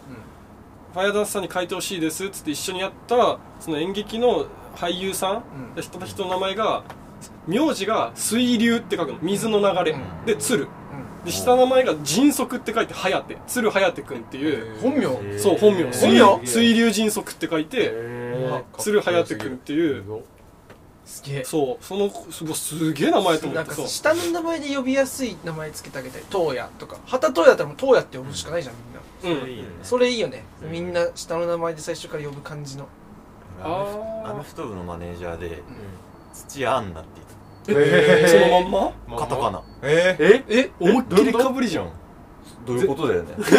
S1: ファイアダンスさんに書いてほしいですっつって一緒にやったその演劇の俳優さん、
S2: うん
S1: 人の人の名前が名字が水流って書くの水の流れ、
S2: うん
S1: で鶴
S2: う
S1: で下の名前が迅速って書いて颯鶴颯君っていう、
S2: ん本名
S1: そう本名水
S2: 本名
S1: 水流迅速って書いて
S3: へ
S1: 鶴颯君ってい
S3: ー
S1: う
S2: すげえ
S1: そうそのすごいすげえ名前と思
S2: な
S1: っ
S2: ん
S1: て
S2: か
S1: そう
S2: 下の名前で呼びやすい名前つけてあげたい東野とか旗東野だったらもう東野って呼ぶしかないじゃんみんな
S1: うん
S2: それいいよねみんな下の名前で最初から呼ぶ感じの
S1: あー
S5: アメフト部のマネージャーで土アンナって言って
S1: えそのまんま
S5: たカタカナ
S4: え
S3: え
S1: え思いっきりかぶりじゃん
S5: どういうことだよね
S2: えって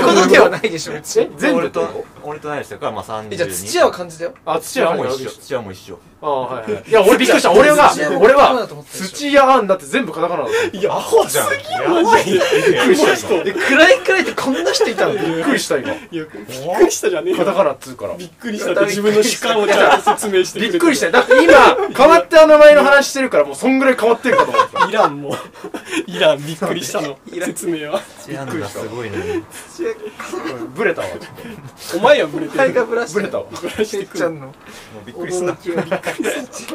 S2: ことではないでしょ別に
S3: 全部
S5: 俺と俺と何でしたからまあ32
S2: えじゃあ土屋は漢字だよ
S3: あ土屋
S5: も
S3: も
S5: 一
S3: 一緒
S5: 緒土屋も一緒
S3: ああはいはいいや俺びっくりした俺が
S2: 土屋も
S3: 俺
S2: カタカナだ
S3: は
S2: と思ってたでしょ
S3: 土屋アンだって全部カタカナだと思った
S1: いやアホ
S4: じゃん
S1: マジで
S3: びっくりした今
S2: え暗い暗いってこんな人いたの
S3: びっくりした今
S1: いやびっくりしたじゃねえ
S3: カ
S1: よ
S3: タカナっつうから
S1: びっくりしたって自分の主観をちゃんと説明してくれ
S3: び
S1: て
S3: っくりしたよだって今変わった名前の話してるからもうそんぐらい変わってるかと思った
S1: イランも イランびっくりしたの説明は
S5: 土屋アンナすごいね
S2: 土屋
S3: ブレたわ
S1: お前はブレて
S2: タイ
S1: る
S2: ガーブラシ
S3: ブレたわ
S1: ブラ
S2: て
S1: して
S2: っ
S1: く
S2: ちゃ
S1: る
S2: んの
S5: もうびっくりした
S2: 驚きをびっくりし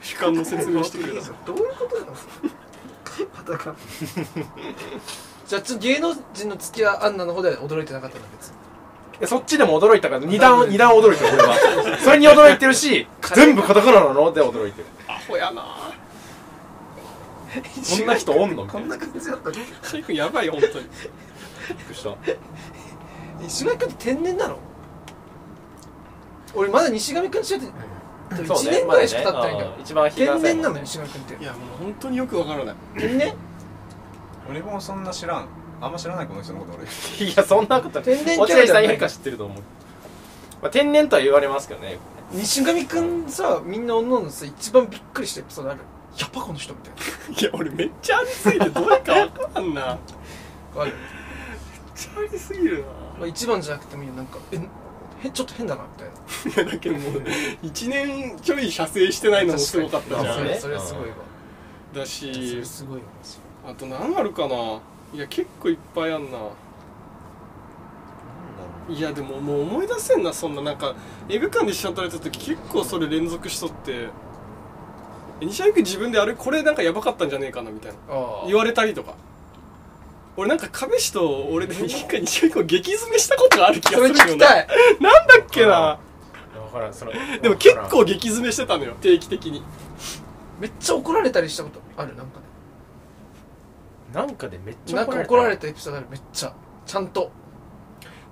S1: 主観の説明してくれ た
S2: どういうことなのそれ肌がじゃあちょっと芸能人の付き合いアンナの方では驚いてなかったんだ別に
S3: いやそっちでも驚いたから二段二段驚いてる俺はそれに驚いてるし全部カタカナなので驚いてる
S1: アホやなぁ
S3: そんな人おんのみた
S2: こ
S3: い
S2: ん
S3: な
S2: な感じだったっけ
S1: カイ君やばいよ本当に
S3: びっくりした
S2: 石上君って天然なの俺まだ西上君知って
S3: そう
S2: 1
S3: ね
S2: 年ぐらいしか経ってないんだ
S3: まだ
S2: よ
S3: ねうん一番日が
S2: 天
S3: 浅い
S2: 然なの西上君って
S1: いやもう本当によくわからない
S2: 天然
S4: 俺もそんな知らんあんま知らないこの人のこと俺
S3: いやそんなことない
S2: 天然キャラ
S3: 落
S2: じゃない
S3: 合さんよりか知ってると思う、まあ、天然とは言われますけどね
S2: 西上君さみんな女の子さ一番びっくりしたエピソードあるやっぱこの人みたい
S1: いや俺めっちゃありすぎてどれかわからんなめっ
S2: なある
S1: ちゃありすぎる
S2: まあ、一番じゃなくてもいいよなんかえへちょっと変だなみたいな
S1: ないやだけどもう1年ちょい射精してないのもすごかったじゃ
S3: 確
S2: そ
S3: かに
S1: ん
S2: れそれすごいわ
S1: だ
S2: それ
S1: し
S2: すごいわ
S1: あと何あるかないや結構いっぱいあんな
S5: なんだろう
S1: いやでももう思い出せんなそんななんか映画館で一緒に撮られた時結構それ連続しとってえ西山君自分であれこれなんかやばかったんじゃねえかなみたいな
S2: あ
S1: 言われたりとか俺なんか亀氏と俺 で一回西山君を激詰めしたことがある気が
S2: そ
S1: す
S2: れ
S1: るよ
S2: 聞きたい
S1: なんだっけな
S3: 分からんその
S1: でも結構激詰めしてたのよ定期的に
S2: めっちゃ怒られたりしたことあるなんかね
S3: なんかでめっちゃ
S2: なん
S3: 怒
S2: から
S3: れた
S2: 怒られたエピソードあるめっちゃちゃんと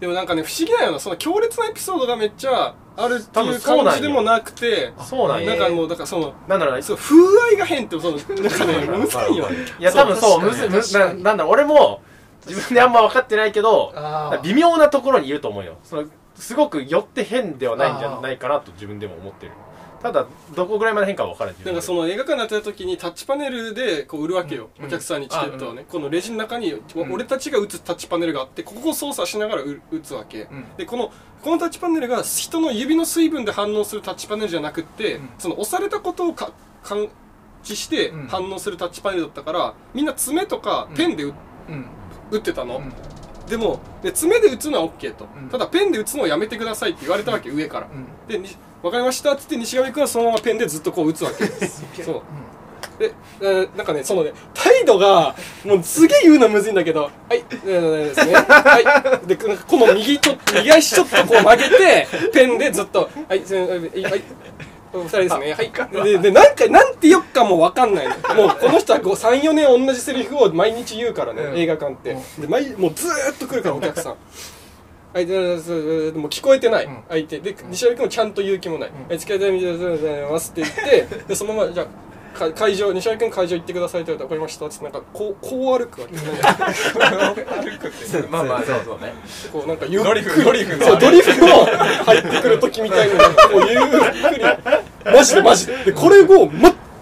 S1: でもなんかね不思議だよなその強烈なエピソードがめっちゃあるって
S3: 多
S1: い
S3: 分
S1: う
S3: そうなんよ
S1: 感じでもなくて
S3: そうなん
S2: え
S3: や
S1: な
S2: ー
S1: んかもうだからその
S3: なんだろうね
S1: そう風合いが変ってそのなん かねむずいよね
S3: いや多分そうむ
S2: そ
S3: ず
S2: う
S3: む
S2: 確
S3: ず
S2: か
S3: な
S2: に
S3: なんだろう俺も自分であんま分かってないけど
S2: あー
S3: 微妙なところにいると思うよそのすごく寄って変ではないんじ
S2: あ
S3: ゃ
S2: ー
S3: ないかなと自分でも思ってるただどこぐらいまで変化は分からん自
S1: な
S3: 分
S1: ん
S3: で
S1: かその映画館でやってた時にタッチパネルでこう売るわけよ、
S2: うん
S1: お客さんにチケットをね、
S2: うん
S1: このレジの中に、
S2: うん
S1: 俺たちが打つタッチパネルがあってここを操作しながら打打つわけ、
S2: うん
S1: でこのこのタッチパネルが人の指の水分で反応するタッチパネルじゃなくって、
S2: うん
S1: その押されたことをか感知して
S2: うん
S1: 反応するタッチパネルだったからみんな爪とか
S2: うん
S1: ペンで打,、
S2: うん
S1: 打ってたの、
S2: うん
S1: でもで爪で打つのは OK と、
S2: うん
S1: ただペンで打つのをやめてくださいって言われたわけ、上から
S2: うん
S1: でにわかりましたって言って西上君はそのままペンでずっとこう打つわけそうで、えーなんかね、そのね、態度が、もうすげえ言うのむずいんだけど、はい、えーですね、はい、で、なんかこの右と、右足ちょっとこう曲げて、ペンでずっと、はい、すいませんはい、はい、お二人ですね、はい。で、で、なんか、なんて言おっかもわかんないの。もう、この人はこう3、4年同じセリフを毎日言うからね、
S2: うん
S1: 映画館って。で、毎、もうずーっと来るから、お客さん。はい、でででもう聞こえてない、
S2: うん
S1: 相手で西尾君もちゃんと言う気もない「え付き合いたいみたいでございます」って言ってでそのままじゃあか会場西尾君会場行ってくださいって言われて「分かりました」っつってなんかこうこう歩くわけ
S4: 歩くって
S3: まあま あそうそうね
S1: こうなんか ゆっ
S4: ド
S1: く
S4: リ
S1: り
S4: フドリフの
S1: そうドリフの入ってくる時みたいになんかこうゆっくり マジでマジででこれを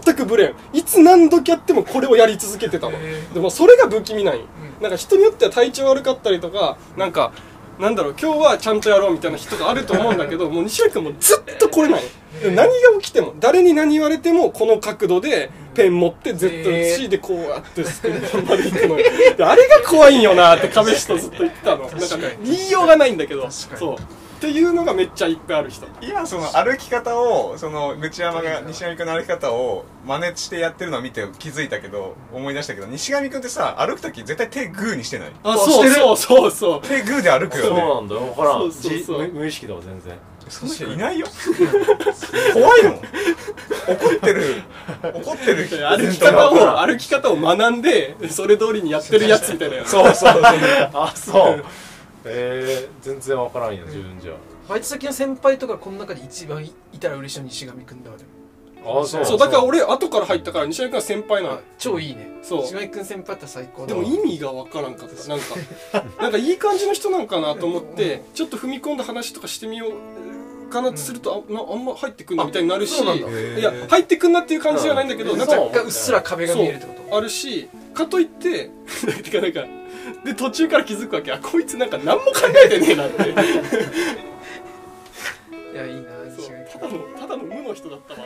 S1: 全くブレんいつ何時やってもこれをやり続けてたの
S2: へー
S1: でもそれが不気味なんよなんか人によっては体調悪かったりとかなんかなんだろう今日はちゃんとやろうみたいな人があると思うんだけどもう西脇君もずっとこれないで何が起きても誰に何言われてもこの角度でペン持ってずっと
S2: へー
S1: C でこうやってスクリーンまで行くのよであれが怖いんよなって亀下ずっと言ってたのなんか言いようがないんだけど
S2: 確かに
S1: そうっていうのがめっちゃいっぱいある人
S4: 今その歩き方をその口山が西上君の歩き方を真似してやってるのを見て気づいたけど思い出したけど西上君ってさ歩く時絶対手グーにしてない
S1: あ
S2: そうしてる
S1: そうそうそう
S4: 手グーで歩く
S3: そう
S4: よね
S3: なんだよ分から
S1: そ
S3: ん
S1: うそう
S3: じ
S1: そう
S3: 無無意識だわ全然
S4: そんな人いないよ怖いもん怒ってる怒ってる人
S1: 歩き方を歩き方を学んでそれ通りにやってるやつみたいな
S4: そうそうそう
S3: あそう えー、全然分からんや自分じゃ
S2: バイト先の先輩とかこの中で一番いたら嬉しいの西上君だわでも
S3: あそう
S1: そうだから俺後から入ったから西上君は先輩なの
S2: 超いいね
S1: そう
S2: 西上君先輩だったら最高
S1: で
S2: だ
S1: も
S2: わ
S1: 意味がわからんかったなんかなんかいい感じの人なんかなと思ってちょっと踏み込んだ話とかしてみようかなってするとあなあんま入ってくんなみたいになるし
S2: そうなんだ
S1: いや入ってくんなっていう感じじゃないんだけど
S3: うん
S1: なん
S3: そ
S1: か
S2: 若干うっすら壁が見えるってこ
S1: あるしかといっててかなんかで途中から気づくわけあこいつなんか何も考えてねえなって
S2: といやいいな
S1: そ
S2: 西上
S1: う
S2: 君
S1: ただのただの無の人だったわ